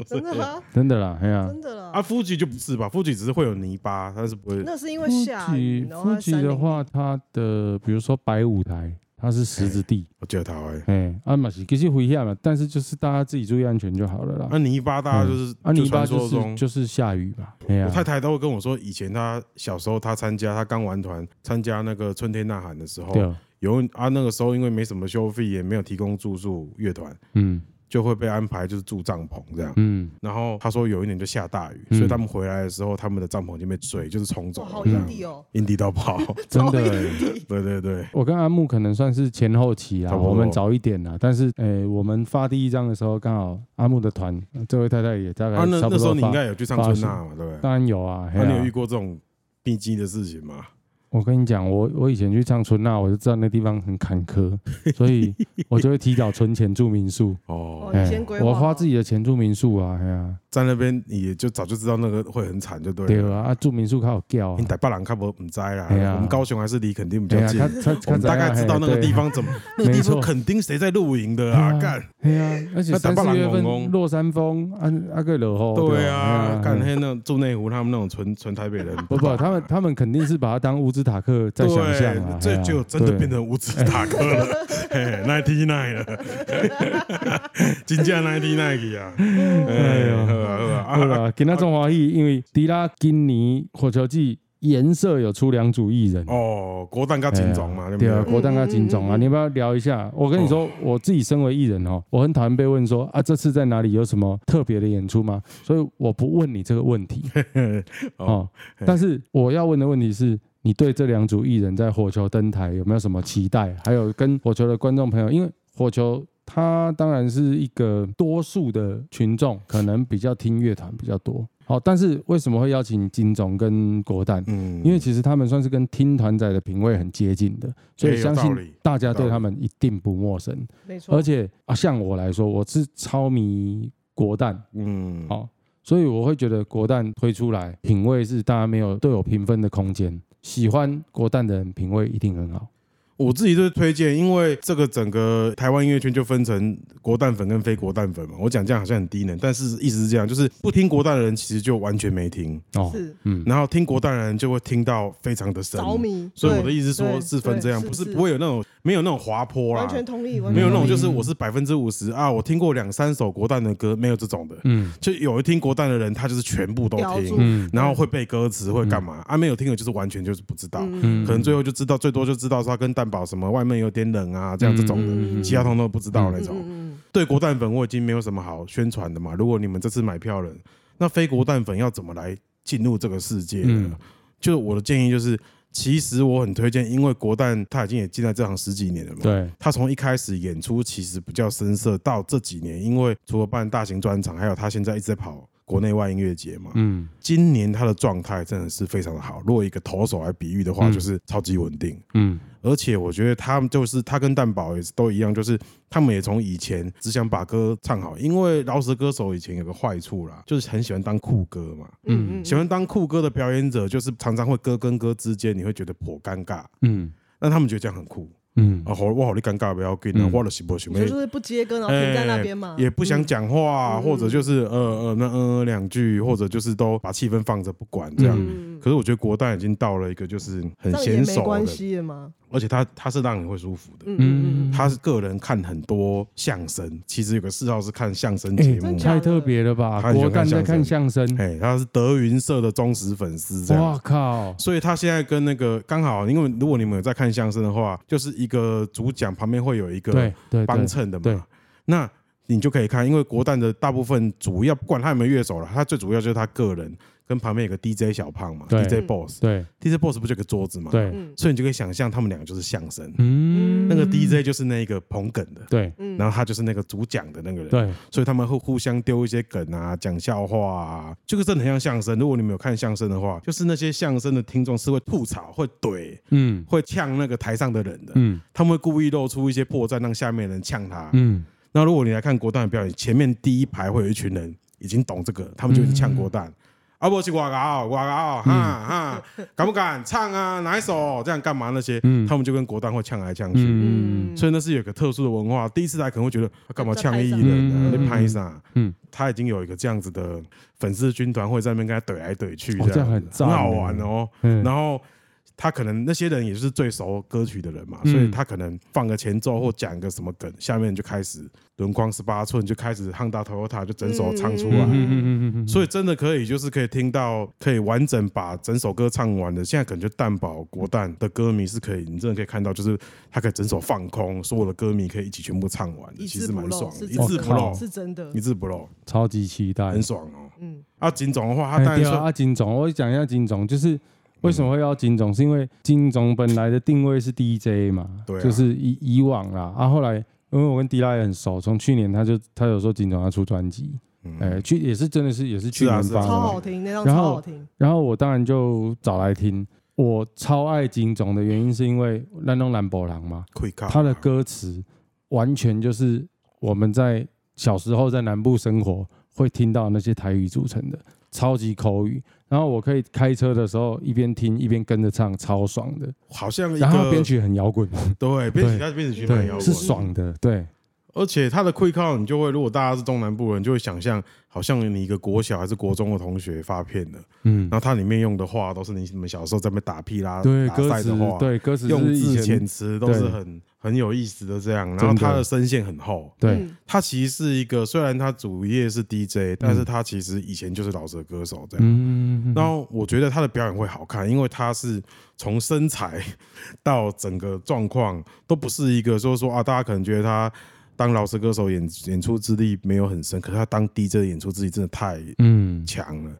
Speaker 3: 真的啦，
Speaker 1: 真的啦，哎呀、
Speaker 3: 真的
Speaker 2: 啊，
Speaker 3: 啦，
Speaker 2: 夫吉就不是吧？夫吉只是会有泥巴，但是不会。
Speaker 3: 那是因为下雨，然后
Speaker 1: 夫
Speaker 3: 它
Speaker 1: 吉
Speaker 3: 山
Speaker 1: 的
Speaker 3: 林
Speaker 1: 话，它的比如说白舞台，它是石子地，
Speaker 2: 我记得他哎，
Speaker 1: 哎，啊嘛是其实危险嘛，但是就是大家自己注意安全就好了啦。
Speaker 2: 那泥巴大家啊就是
Speaker 1: 啊，泥巴
Speaker 2: 传
Speaker 1: 就
Speaker 2: 说
Speaker 1: 是
Speaker 2: 中
Speaker 1: 就是下雨嘛，哎呀、
Speaker 2: 我太太都会跟我说，以前她小时候，她参加她刚玩团参加那个春天呐喊的时候，
Speaker 1: 对，
Speaker 2: 有人啊那个时候因为没什么修费，也没有提供住宿，乐团
Speaker 1: 嗯
Speaker 2: 就会被安排就是住帐篷这样。
Speaker 1: 嗯，
Speaker 2: 然后她说有一年就下大雨，
Speaker 1: 嗯
Speaker 2: 所以他们回来的时候，他们的帐篷已经被水就是冲走
Speaker 3: 哇，好
Speaker 2: 了，这
Speaker 3: 阴
Speaker 1: 嗯
Speaker 2: 样
Speaker 3: 地哦，
Speaker 2: 阴地到爆。
Speaker 1: 真
Speaker 3: 超
Speaker 1: 的、
Speaker 3: 阴
Speaker 1: 欸。
Speaker 3: 地，
Speaker 2: 对对对，
Speaker 1: 我跟阿木可能算是前后期啊，
Speaker 2: 差不多
Speaker 1: 我们早一点啦。但是，诶、我们发第一张的时候，刚好阿木的团，呃这位太太也大概
Speaker 2: 啊那
Speaker 1: 差不
Speaker 2: 那时
Speaker 1: 多
Speaker 2: 候你
Speaker 1: 发。
Speaker 2: 应该有去唱春呐嘛，对不对？
Speaker 1: 当然有啊，嘿
Speaker 2: 那
Speaker 1: 啊
Speaker 2: 你有遇过这种避机的事情吗？
Speaker 1: 我跟你讲，我我以前去唱春娜，我就知道那地方很坎坷，所以我就会提早存钱住民宿。
Speaker 2: 哦
Speaker 3: 哦，
Speaker 1: 哎
Speaker 3: 你先规划
Speaker 1: 我
Speaker 3: 好
Speaker 1: 花自己的钱住民宿啊，哎呀、
Speaker 2: 在那边你也就早就知道那个会很惨，就对了
Speaker 1: 对。啊，啊住民宿靠叫啊
Speaker 2: 你，台北人较无唔知啦，
Speaker 1: 哎呀
Speaker 2: 我们高雄还是离垦丁比
Speaker 1: 哎
Speaker 2: 较
Speaker 1: 呀，
Speaker 2: 近
Speaker 1: 他，他
Speaker 2: 我们大概知道那个地。方 怎么，那个
Speaker 1: 啊
Speaker 2: 地
Speaker 1: 没错
Speaker 2: 方垦丁谁在露营的啊？
Speaker 1: 对啊
Speaker 2: 干，
Speaker 1: 哎呀，而且
Speaker 2: 那
Speaker 1: 三
Speaker 2: 打扮
Speaker 1: 四月
Speaker 2: 人戆
Speaker 1: 份
Speaker 2: 戆
Speaker 1: 落山风，啊啊个落雨，
Speaker 2: 对
Speaker 1: 哎
Speaker 2: 啊
Speaker 1: 呀，
Speaker 2: 干那那住内湖他们那种纯纯台北人，
Speaker 1: 不不，他们他们肯定是把它当乌兹塔克在想象啊哎
Speaker 2: 对，，这
Speaker 1: 呀
Speaker 2: 就真的
Speaker 1: 对
Speaker 2: 变成无耻塔克了，ninety nine 了， 真正 ninety nine 啊，哎
Speaker 1: 哎
Speaker 2: 呀，
Speaker 1: 呀
Speaker 2: 好啊好啊
Speaker 1: 好
Speaker 2: 啊，
Speaker 1: 了，给他中华裔，因为迪拉今年火球季颜色有出两组艺人。
Speaker 2: 哦，国蛋跟金钟嘛，对不
Speaker 1: 对啊，
Speaker 2: 对？
Speaker 1: 国蛋跟金总啊，
Speaker 3: 嗯嗯嗯
Speaker 1: 你要不要聊一下？我跟你说，我自己身为艺人哦，我很讨厌被问说啊，这次在哪里有什么特别的演出吗？所以我不问你这个问 题哦。但是我要问的问题是。你对这两组艺人在火球登台有没有什么期待？还有跟火球的观众朋友，因为火球它当然是一个多数的群众，可能比较听乐团比较多。好、但是为什么会邀请金总跟国蛋？
Speaker 2: 嗯
Speaker 1: 因为其实他们算是跟听团仔的品味很接近的，所以
Speaker 2: 有
Speaker 1: 相
Speaker 2: 道
Speaker 1: 信
Speaker 2: 理
Speaker 1: 大家对他们一定不陌生。
Speaker 3: 没错，
Speaker 1: 而且啊，像我来说，我是超迷国蛋，
Speaker 2: 嗯，
Speaker 1: 好、所以我会觉得国蛋推出来品味是大家没有都有评分的空间。喜欢国蛋的人品味一定很好。
Speaker 2: 我自己就是推荐，因为这个整个台湾音乐圈就分成国蛋粉跟非国蛋粉嘛。我讲这样好像很低能，但是意思是这样，就是不听国蛋的人其实就完全没听，
Speaker 1: 哦，
Speaker 3: 是
Speaker 1: 嗯，
Speaker 2: 然后听国蛋的人就会听到非常的深。
Speaker 3: 着迷，
Speaker 2: 所以我的
Speaker 3: 对
Speaker 2: 意思是说
Speaker 3: 对
Speaker 2: 是分这样，
Speaker 3: 对
Speaker 2: 不是
Speaker 3: 是
Speaker 2: 不会有那种没有那种滑坡
Speaker 3: 完
Speaker 2: 啦，
Speaker 3: 全同意，完全
Speaker 2: 没有那种
Speaker 3: 同意
Speaker 2: 就是我是百分之五十啊，我听过两三首国蛋的歌，没有这种的。
Speaker 1: 嗯
Speaker 2: 就有一听国蛋的人，他就是全部都
Speaker 3: 标
Speaker 2: 听，
Speaker 3: 注
Speaker 1: 嗯
Speaker 2: 然后会背歌词，会干
Speaker 3: 嗯
Speaker 2: 嘛？啊，没有听的就是完全就是不知道。
Speaker 1: 嗯
Speaker 2: 可能最后就知道，最多就知道说他跟蛋堡什么外面有点冷啊，这样这种的，
Speaker 3: 嗯
Speaker 2: 其他通都不知道那
Speaker 3: 嗯
Speaker 2: 种。
Speaker 3: 嗯
Speaker 2: 对国蛋粉我已经没有什么好宣传的嘛。如果你们这次买票了，那非国蛋粉要怎么来进入这个世界呢
Speaker 1: 嗯？
Speaker 2: 就我的建议就是，其实我很推荐，因为国蛋他已经也进来这行十几年了嘛。
Speaker 1: 对，
Speaker 2: 他从一开始演出其实比较深色，到这几年，因为除了办大型专场，还有他现在一直在跑国内外音乐节嘛，
Speaker 1: 嗯
Speaker 2: 今年他的状态真的是非常的好。如果以一个投手来比喻的话，
Speaker 1: 嗯
Speaker 2: 就是超级稳定。
Speaker 1: 嗯
Speaker 2: 而且我觉得他们就是他跟蛋宝也是都一样，就是他们也从以前只想把歌唱好，因为饶舌歌手以前有个坏处啦，就是很喜欢当酷哥嘛，
Speaker 3: 嗯嗯，
Speaker 2: 喜欢当酷哥的表演者，就是常常会歌跟歌之间你会觉得颇尴尬，
Speaker 1: 嗯
Speaker 2: 但他们觉得这样很酷
Speaker 1: 嗯
Speaker 2: 啊，好我好你尴尬不要紧啊
Speaker 1: 嗯，
Speaker 2: 我就是不想
Speaker 3: 你就是不接歌，然后停在那边嘛，
Speaker 2: 哎也不想
Speaker 3: 嗯
Speaker 2: 讲话，
Speaker 3: 嗯
Speaker 2: 或者就是呃呃那嗯呃两句，或者就是都把气氛放着不管这样。
Speaker 3: 嗯，
Speaker 2: 可是我觉得国蛋已经到了一个就是很
Speaker 3: 这样也
Speaker 2: 娴
Speaker 3: 没
Speaker 2: 熟
Speaker 3: 关
Speaker 2: 的，
Speaker 3: 系的嘛，
Speaker 2: 而且他他是让你会舒服的。
Speaker 3: 嗯嗯嗯
Speaker 2: 他是个人看很多相声，其实有个嗜好是看相声
Speaker 1: 哎
Speaker 2: 节目
Speaker 3: 真。假
Speaker 1: 太特别了吧！
Speaker 2: 他很喜
Speaker 1: 国
Speaker 2: 欢
Speaker 1: 蛋在看
Speaker 2: 看
Speaker 1: 相声，
Speaker 2: 哎，他是德云社的忠实粉丝，这
Speaker 1: 哇
Speaker 2: 样。
Speaker 1: 靠！
Speaker 2: 所以他现在跟那个刚好，因为如果你们有在看相声的话，就是一个主讲旁边会有一个
Speaker 1: 对对
Speaker 2: 帮
Speaker 1: 对，
Speaker 2: 衬的
Speaker 1: 对
Speaker 2: 嘛。那你就可以看，因为国蛋的大部分主要不管他有没有乐手了，他最主要就是他个人跟旁边有个 DJ 小胖嘛
Speaker 1: 对
Speaker 2: ，DJ Boss，DJ
Speaker 1: 对
Speaker 2: Boss 不就有个桌子嘛，
Speaker 1: 对，
Speaker 3: 嗯
Speaker 2: 所以你就可以想象他们两个就是相声，
Speaker 1: 嗯
Speaker 2: 那个 DJ 就是那一个捧梗的，
Speaker 1: 对
Speaker 3: 嗯
Speaker 2: 然后他就是那个主讲的那个人，
Speaker 1: 对，嗯
Speaker 2: 所以他们会互相丢一些梗啊，讲笑话啊，这个真的很像相声。如果你们有看相声的话，就是那些相声的听众是会吐槽、会怼、
Speaker 1: 嗯
Speaker 2: 会呛那个台上的人的，
Speaker 1: 嗯
Speaker 2: 他们会故意露出一些破绽，让下面的人呛他。
Speaker 1: 嗯，
Speaker 2: 那如果你来看国蛋的表演，前面第一排会有一群人已经懂这个，他们就一直呛国蛋。啊，我是我搞，我搞，哈
Speaker 1: 嗯
Speaker 2: 哈，敢不敢唱啊？哪一首？这样干嘛？那些，
Speaker 1: 嗯
Speaker 2: 他们就跟国蛋会呛来呛去。
Speaker 3: 嗯，
Speaker 2: 所以那是有个特殊的文化。第一次来可能会觉得啊干嘛呛艺人
Speaker 1: 嗯
Speaker 2: 呢？在拍啥？
Speaker 1: 嗯
Speaker 2: 嗯，他已经有一个这样子的粉丝军团会在那边跟他怼来怼去，
Speaker 1: 哦这样很
Speaker 2: 子
Speaker 1: 赞
Speaker 2: 很好玩哦。
Speaker 1: 嗯
Speaker 2: 然后他可能那些人也是最熟歌曲的人嘛，
Speaker 1: 嗯
Speaker 2: 所以他可能放个前奏或讲个什么梗，下面就开始轮框十八寸就开始 Honda Toyota 就整首唱出
Speaker 1: 嗯
Speaker 2: 来。
Speaker 1: 嗯嗯嗯嗯，
Speaker 2: 所以真的可以，就是可以听到，可以完整把整首歌唱完的。现在可能就蛋堡国蛋的歌迷是可以，你真的可以看到，就是他可以整首放空，所有的歌迷可以一起全部唱完，
Speaker 3: 嗯一
Speaker 2: 其
Speaker 3: 字
Speaker 2: 实
Speaker 3: 不
Speaker 2: 蛮
Speaker 3: 漏
Speaker 2: 爽的，
Speaker 3: 是
Speaker 2: 一
Speaker 3: 真
Speaker 2: 字
Speaker 3: 的
Speaker 2: 不漏，
Speaker 3: 哦是真的
Speaker 2: 一，字不漏，
Speaker 1: 超级期待，
Speaker 2: 很爽哦。
Speaker 3: 嗯，
Speaker 2: 啊，金总的话，他
Speaker 1: 哎
Speaker 2: 当然
Speaker 1: 对啊，
Speaker 2: 说
Speaker 1: 啊金总，我讲一下金总，就是为什么会要金总，是因为金总本来的定位是 DJ 嘛，
Speaker 2: 对啊
Speaker 1: 就是以以往啦，啊后来因为我跟迪拉也很熟，从去年他就他有说金总要出专辑，
Speaker 2: 嗯
Speaker 1: 哎、去也是真的是也是去
Speaker 2: 是啊
Speaker 1: 年
Speaker 2: 是啊
Speaker 1: 发
Speaker 3: 超
Speaker 1: 的，
Speaker 3: 好听，那张
Speaker 1: 然
Speaker 3: 超
Speaker 1: 后
Speaker 3: 好听，
Speaker 1: 然后我当然就找来听。我超爱金总的原因是因为兰东兰博郎嘛，
Speaker 2: 会靠
Speaker 1: 他的歌词完全就是我们在小时候在南部生活会听到那些台语组成的，超级口语。然后我可以开车的时候一边听一边跟着唱，超爽的。
Speaker 2: 嗯好像一
Speaker 1: 然后
Speaker 2: 个
Speaker 1: 编曲很摇滚，
Speaker 2: 对编
Speaker 1: 对
Speaker 2: 曲，他编曲蛮
Speaker 1: 对，
Speaker 2: 摇滚
Speaker 1: 是
Speaker 2: 的，
Speaker 1: 爽的，对，
Speaker 2: 而且他的 quick call，你就会，如果大家是中南部人，就会想象，好像你一个国小还是国中的同学发片了，
Speaker 1: 嗯
Speaker 2: 然，后它里面用的话都是你们小时候在那边打屁啦、
Speaker 1: 对，
Speaker 2: 打
Speaker 1: 歌
Speaker 2: 赛
Speaker 1: 词
Speaker 2: 的话，，
Speaker 1: 对歌词
Speaker 2: 用
Speaker 1: 是以
Speaker 2: 字
Speaker 1: 前
Speaker 2: 遣词都是很很有意思的这样。然后
Speaker 1: 真的
Speaker 2: 他的声线很厚，
Speaker 1: 对，
Speaker 3: 嗯，
Speaker 2: 他其实是一个虽然他主业是 DJ，但是他其实以前就是老舌歌手这样。
Speaker 1: 嗯，
Speaker 2: 然后我觉得他的表演会好看，因为他是从身材 到整个状况都不是一个说说啊，大家可能觉得他当老舌歌手演演出之力没有很深，可是他当 DJ 的演出之力真的太
Speaker 1: 嗯，
Speaker 2: 强了。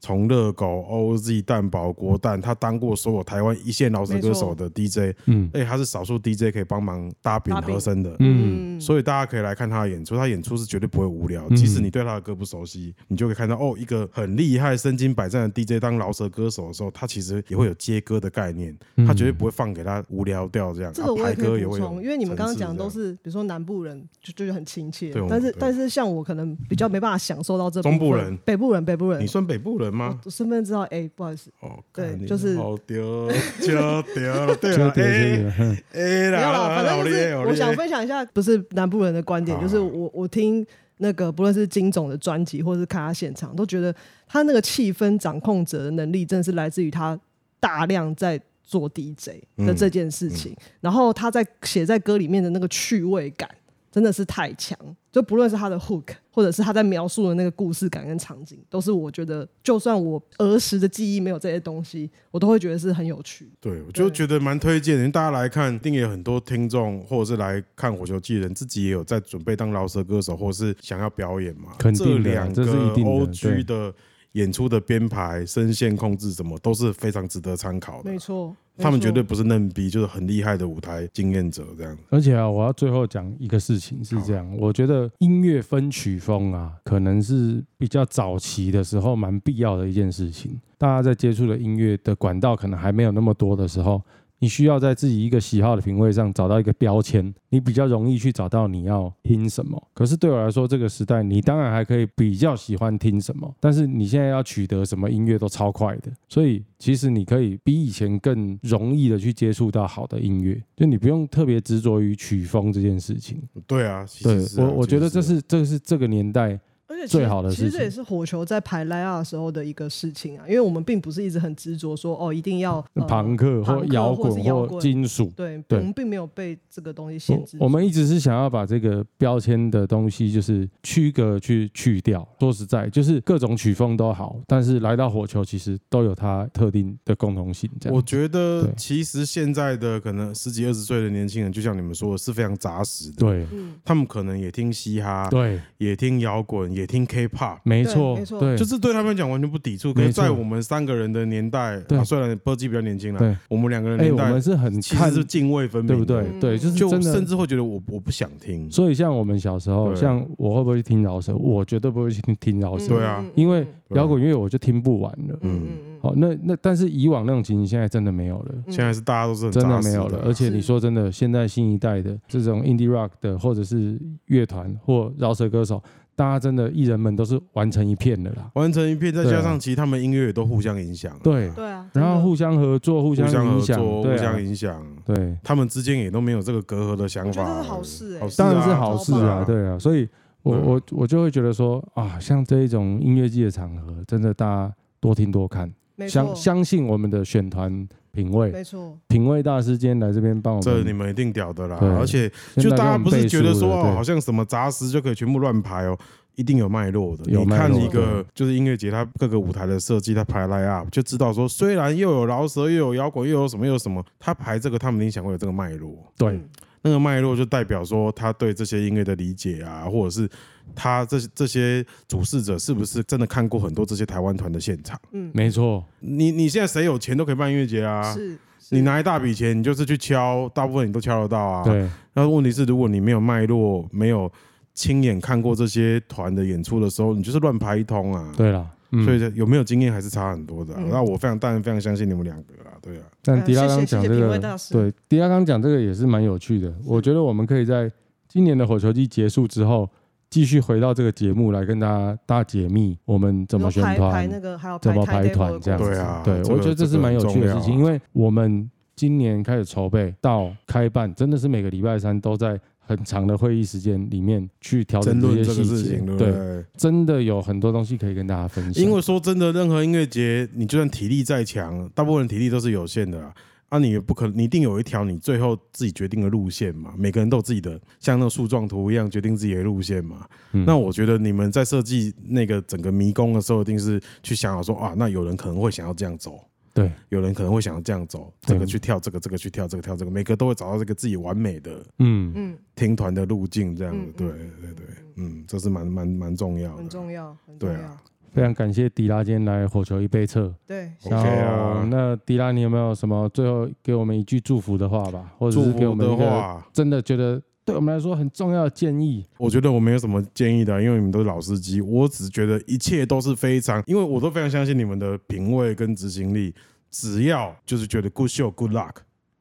Speaker 2: 从热狗、OZ、蛋堡、国蛋，他当过所有台湾一线老舌歌手的 DJ，
Speaker 1: 嗯
Speaker 2: 而且他是少数 DJ 可以帮忙搭饼
Speaker 3: 搭饼
Speaker 2: 和声的，
Speaker 1: 嗯，
Speaker 2: 所以大家可以来看他的演出，他演出是绝对不会无聊。
Speaker 1: 嗯
Speaker 2: 即使你对他的歌不熟悉，你就可以看到哦，一个很厉害、身经百战的 DJ 当老舌歌手的时候，他其实也会有接歌的概念，
Speaker 1: 嗯
Speaker 2: 他绝对不会放给他无聊掉这样。
Speaker 3: 这个
Speaker 2: 啊
Speaker 3: 我
Speaker 2: 排
Speaker 3: 也可
Speaker 2: 歌
Speaker 3: 以
Speaker 2: 也
Speaker 3: 补
Speaker 2: 会有层
Speaker 3: 充，
Speaker 2: 次
Speaker 3: 因为你们刚刚
Speaker 2: 这样
Speaker 3: 讲的都是，比如说南部人就就是很亲切
Speaker 2: 对我，们
Speaker 3: 但是
Speaker 2: 对
Speaker 3: 但是像我可能比较没办法享受到这部
Speaker 2: 中
Speaker 3: 分
Speaker 2: 部人
Speaker 3: 北部人、北部人
Speaker 2: 你，算北部人吗？
Speaker 3: 我身份知道，哎，不好意思，
Speaker 2: 哦，
Speaker 3: 对
Speaker 2: 干你
Speaker 3: 就是
Speaker 2: 好丢丢丢 了，对
Speaker 1: 就对
Speaker 2: 了，哎
Speaker 1: 对对，
Speaker 2: 哎
Speaker 3: 没
Speaker 2: 啦，
Speaker 3: 有啦，反正就
Speaker 2: 好厉
Speaker 3: 是
Speaker 2: 害好厉害
Speaker 3: 我想分享一下，不是南部人的观点，
Speaker 2: 好
Speaker 3: 就是我我听那个不论是金总的专辑，或是看他现场，都觉得他那个气氛掌控者的能力，真的是来自于他大量在做 DJ 的这件事情，然后他在写在歌里面的那个趣味感。真的是太强，就不论是他的 hook，或者是他在描述的那个故事感跟场景，都是我觉得，就算我儿时的记忆没有这些东西，我都会觉得是很有趣。
Speaker 2: 对，我就
Speaker 3: 对
Speaker 2: 觉得蛮推荐的，因为大家来看，一定也有很多听众，或者是来看《火球记》的人，自己也有在准备当饶舌歌手，或是想要表演嘛。
Speaker 1: 肯定的
Speaker 2: 这
Speaker 1: 啦
Speaker 2: 两
Speaker 1: 这是
Speaker 2: 个
Speaker 1: 一定的
Speaker 2: O G 的演出的编排、声线控制什么，都是非常值得参考的
Speaker 3: 没。错，
Speaker 2: 他们
Speaker 3: 没错
Speaker 2: 绝对不是嫩逼，就是很厉害的舞台经验者这样。
Speaker 1: 而且啊，我要最后讲一个事情是这样，我觉得音乐分曲风啊，可能是比较早期的时候蛮必要的一件事情。大家在接触的音乐的管道可能还没有那么多的时候，你需要在自己一个喜好的品味上找到一个标签，你比较容易去找到你要听什么。可是对我来说，这个时代你当然还可以比较喜欢听什么，但是你现在要取得什么音乐都超快的，所以其实你可以比以前更容易的去接触到好的音乐，就你不用特别执着于曲风这件事情。
Speaker 2: 对啊，其
Speaker 1: 对
Speaker 2: 实是啊
Speaker 1: 我，我觉得这是这是这个年代，
Speaker 3: 而且其实
Speaker 1: 最好的
Speaker 3: 其
Speaker 1: 事
Speaker 3: 实
Speaker 1: 情
Speaker 3: 这也是火球在排莱亚的时候的一个事情啊，因为我们并不是一直很执着说哦一定要、呃
Speaker 1: 朋克
Speaker 3: 朋
Speaker 1: 或摇
Speaker 3: 或是
Speaker 1: 滚
Speaker 3: 摇
Speaker 1: 或
Speaker 3: 滚，
Speaker 1: 金属，
Speaker 3: 对，
Speaker 1: 嗯对
Speaker 3: 我们并没有被这个东西限
Speaker 1: 我
Speaker 3: 制住。
Speaker 1: 我们一直是想要把这个标签的东西，就是区隔去去掉。说实在，就是各种曲风都好，但是来到火球其实都有它特定的共同性。这样，
Speaker 2: 我觉得
Speaker 1: 对
Speaker 2: 其实现在的可能十几二十岁的年轻人，就像你们说的，是非常扎实的。
Speaker 1: 对
Speaker 3: 嗯，
Speaker 2: 他们可能也听嘻哈，
Speaker 1: 对
Speaker 2: 也听摇滚，也听 K-pop，
Speaker 1: 没错，
Speaker 3: 没错
Speaker 1: 对，
Speaker 2: 就是是对他们来讲完全不抵触。可是，
Speaker 1: 没错
Speaker 2: 在我们三个人的年代，
Speaker 1: 对
Speaker 2: 啊、虽然波基比较年轻了
Speaker 1: 对，
Speaker 2: 我们两个人
Speaker 1: 哎，
Speaker 2: 年
Speaker 1: 我
Speaker 2: 代
Speaker 1: 们是很
Speaker 2: 其实
Speaker 1: 看，
Speaker 2: 是泾渭分
Speaker 1: 对
Speaker 2: 明
Speaker 1: 不
Speaker 2: 的，
Speaker 1: 对？对，
Speaker 3: 嗯
Speaker 1: 就是
Speaker 2: 就
Speaker 1: 真
Speaker 2: 甚
Speaker 1: 的。
Speaker 2: 至会觉得我我不想听，
Speaker 1: 所以像我们小时候，
Speaker 2: 对
Speaker 1: 像我会不会听饶舌？我绝对不会去听听饶舌，
Speaker 2: 对啊
Speaker 3: 嗯
Speaker 1: 因为
Speaker 2: 对
Speaker 1: 摇滚乐我就听不完了。
Speaker 3: 嗯嗯
Speaker 1: 好，那那但是以往那种情形，现在真的没有了。
Speaker 3: 嗯
Speaker 2: 现在是大家都是很
Speaker 1: 真
Speaker 2: 扎
Speaker 1: 的
Speaker 2: 实
Speaker 1: 没有了，而且
Speaker 3: 是
Speaker 1: 你说真的，现在新一代的这种 indie rock 的，或者是乐团或饶舌歌手，大家真的艺人们都是完成一片的啦。
Speaker 2: 完成一片，再
Speaker 1: 对啊
Speaker 2: 加上其实他们音乐也都互相影响啊，
Speaker 1: 对，
Speaker 3: 对啊，
Speaker 1: 然后
Speaker 3: 真的
Speaker 1: 互相合作、互
Speaker 2: 互相合
Speaker 1: 影响，
Speaker 2: 作，互
Speaker 1: 对
Speaker 2: 相
Speaker 1: 啊，
Speaker 2: 影响，
Speaker 1: 对，
Speaker 2: 他们之间也都没有这个隔阂的想
Speaker 3: 我觉
Speaker 2: 法，
Speaker 3: 得这是好事哎
Speaker 2: 好
Speaker 1: 当然
Speaker 2: 啊
Speaker 1: 是好事
Speaker 3: 超棒
Speaker 1: 啊，
Speaker 2: 啊
Speaker 1: 对啊，所以我
Speaker 2: 对啊
Speaker 1: 我我就会觉得说啊，像这一种音乐季的场合，真的大家多听多看，
Speaker 3: 没
Speaker 1: 相
Speaker 3: 错，
Speaker 1: 相信我们的选团品味，
Speaker 3: 没错，
Speaker 1: 品味大师今天来这边帮我
Speaker 2: 这你
Speaker 1: 们，
Speaker 2: 们一定屌的啦
Speaker 1: 对！
Speaker 2: 而且
Speaker 1: 先
Speaker 2: 就
Speaker 1: 来
Speaker 2: 大
Speaker 1: 帮
Speaker 2: 家
Speaker 1: 我们
Speaker 2: 不是
Speaker 1: 背
Speaker 2: 觉得
Speaker 1: 书
Speaker 2: 说
Speaker 1: 了
Speaker 2: 哦，
Speaker 1: 对
Speaker 2: 好像什么杂食就可以全部乱排哦，一定有脉络的。
Speaker 1: 有哦
Speaker 2: 你
Speaker 1: 脉
Speaker 2: 看
Speaker 1: 络
Speaker 2: 一个就是音乐节，它各个舞台的设计，它排 line up 就知道说，虽然又有饶舌，又有摇滚，又有什么又有什么，它排这个他们影响会有这个脉络。
Speaker 1: 对
Speaker 3: 嗯
Speaker 2: 那个脉络就代表说他对这些音乐的理解啊，或者是他这这些主事者是不是真的看过很多这些台湾团的现场？
Speaker 3: 嗯，
Speaker 1: 没错，
Speaker 2: 你你现在谁有钱都可以办音乐节啊，
Speaker 3: 是，是
Speaker 2: 你拿一大笔钱，你就是去敲，大部分你都敲得到啊。
Speaker 1: 对
Speaker 2: 那问题是，如果你没有脉络，没有亲眼看过这些团的演出的时候，你就是乱排一通啊。，
Speaker 1: 对啦，嗯
Speaker 2: 所以有没有经验还是差很多的啊、
Speaker 3: 嗯
Speaker 2: 那我非常当然非常相信你们两个啦，对啊，
Speaker 1: 但
Speaker 3: 嗯
Speaker 1: 迪拉
Speaker 3: 谢谢
Speaker 1: 刚
Speaker 3: 谢
Speaker 1: 讲
Speaker 3: 谢
Speaker 1: 这
Speaker 3: 评
Speaker 1: 个
Speaker 3: 委大，师
Speaker 1: 对，迪拉刚讲这个也是蛮有趣的。我觉得我们可以在今年的火球季结束之后，继续回到这个节目来跟大家大解密我们怎么
Speaker 3: 比
Speaker 1: 选
Speaker 3: 如排排
Speaker 1: 团
Speaker 3: 那，个还有
Speaker 1: 怎么
Speaker 3: 排
Speaker 1: 排
Speaker 3: timetable
Speaker 1: 团
Speaker 3: 的
Speaker 1: 这样
Speaker 3: 过程
Speaker 2: 对啊
Speaker 1: 对，
Speaker 2: 这个
Speaker 1: 我觉得这是蛮有趣的事
Speaker 2: 这个很重
Speaker 1: 情，
Speaker 2: 要啊
Speaker 1: 因为我们今年开始筹备到开办，真的是每个礼拜三都在很长的会议时间里面去调
Speaker 2: 争
Speaker 1: 整
Speaker 2: 论
Speaker 1: 这
Speaker 2: 这
Speaker 1: 些
Speaker 2: 个事
Speaker 1: 细
Speaker 2: 情，对
Speaker 1: 节，对，
Speaker 2: 不对？
Speaker 1: 真的有很多东西可以跟大家分享。
Speaker 2: 因为说真的，任何音乐节，你就算体力再强，大部分人体力都是有限的啊。啊，你也不可能，你一定有一条你最后自己决定的路线嘛。每个人都有自己的，像那种树状图一样决定自己的路线嘛。
Speaker 1: 嗯
Speaker 2: 那我觉得你们在设计那个整个迷宫的时候，一定是去想好说啊，那有人可能会想要这样走，
Speaker 1: 对，
Speaker 2: 有人可能会想要这样走，这个
Speaker 1: 嗯
Speaker 2: 去跳，这个这个去跳，这个跳这个，每个都会找到这个自己完美的
Speaker 1: 嗯，
Speaker 3: 嗯，
Speaker 2: 听团的路径，这样子
Speaker 3: 嗯。
Speaker 2: 对
Speaker 3: 嗯
Speaker 2: 对对，嗯，这是蛮蛮蛮重要
Speaker 3: 很
Speaker 2: 的。
Speaker 3: 重要，很重
Speaker 2: 对啊
Speaker 3: 要，
Speaker 1: 非常感谢迪拉今天来火球一杯测。
Speaker 3: 对，
Speaker 2: OK
Speaker 1: 然后，
Speaker 2: 啊
Speaker 1: 那迪拉，你有没有什么最后给我们一句祝福的话吧，或者
Speaker 2: 祝
Speaker 1: 是给我
Speaker 2: 福
Speaker 1: 们一
Speaker 2: 的
Speaker 1: 个
Speaker 2: 话，
Speaker 1: 真的觉得对我们来说很重要的建议？
Speaker 2: 我觉得我没有什么建议的，因为你们都是老司机，我只觉得一切都是非常，因为我都非常相信你们的品味跟执行力，只要就是觉得 good show good luck，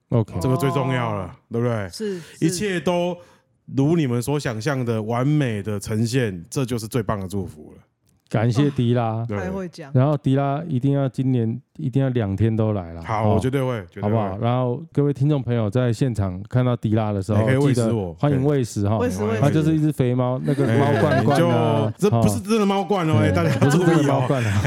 Speaker 1: OK，
Speaker 2: 这个最重要了，对不对？
Speaker 3: 是
Speaker 2: 一
Speaker 3: 是
Speaker 2: 切都如你们所想象的完美的呈现，这就是最棒的祝福了。
Speaker 1: 感谢迪拉。
Speaker 2: 对
Speaker 3: 太，会讲，
Speaker 1: 然后迪拉一定要今年一定要两天都来了，
Speaker 2: 好，我绝对会，绝对
Speaker 1: 好
Speaker 2: 会
Speaker 1: 不好？？然后各位听众朋友在现场看到迪拉的时候
Speaker 2: 你，可以
Speaker 1: 记
Speaker 2: 喂食
Speaker 1: 得
Speaker 2: 我，
Speaker 1: 欢迎喂食哈
Speaker 3: 喂，食喂
Speaker 1: 它
Speaker 3: 食
Speaker 1: 就是一只肥猫，那个
Speaker 2: 哎
Speaker 1: 猫罐罐啊
Speaker 2: 你，就这
Speaker 1: 哦
Speaker 2: 不是真的猫罐哦，哎
Speaker 1: 对
Speaker 2: 大家要注
Speaker 1: 这个
Speaker 2: 意
Speaker 1: 猫
Speaker 2: 哦，
Speaker 1: 罐 啊，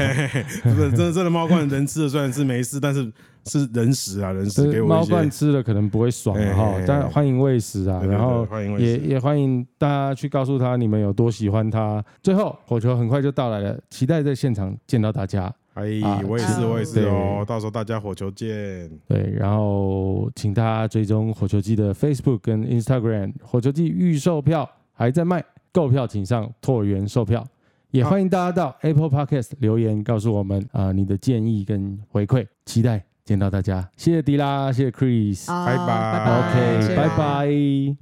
Speaker 2: 真的真的真的猫罐人吃的虽然是没事，但是是人食啊，人食
Speaker 1: 就
Speaker 2: 给
Speaker 1: 是
Speaker 2: 我一
Speaker 1: 猫
Speaker 2: 些
Speaker 1: 罐吃了可能不会爽啊
Speaker 2: 哎哎
Speaker 1: 哈
Speaker 2: 哎，
Speaker 1: 但欢迎喂食啊，
Speaker 2: 对对对
Speaker 1: 然后
Speaker 2: 欢迎喂
Speaker 1: 也
Speaker 2: 食
Speaker 1: 也欢迎大家去告诉他你们有多喜欢他。最后，火球很快就到来了，期待在现场见到大家。
Speaker 2: 哎
Speaker 1: 啊，
Speaker 2: 我也
Speaker 3: 其
Speaker 2: 是，
Speaker 3: 实
Speaker 2: 我也是哦。到时候大家火球见，
Speaker 1: 对，然后请大家追踪火球季的 Facebook 跟 Instagram，火球季预售票还在卖，购票请上拓元售票。也欢迎大家到 Apple Podcast 留言告诉我们啊、你的建议跟回馈，期待见到大家。谢谢迪拉，谢谢 Chris，OK，、
Speaker 3: 好
Speaker 2: 拜拜
Speaker 3: 啊拜拜，
Speaker 2: OK，
Speaker 3: 谢谢啊
Speaker 1: 拜
Speaker 3: 大家
Speaker 1: 拜。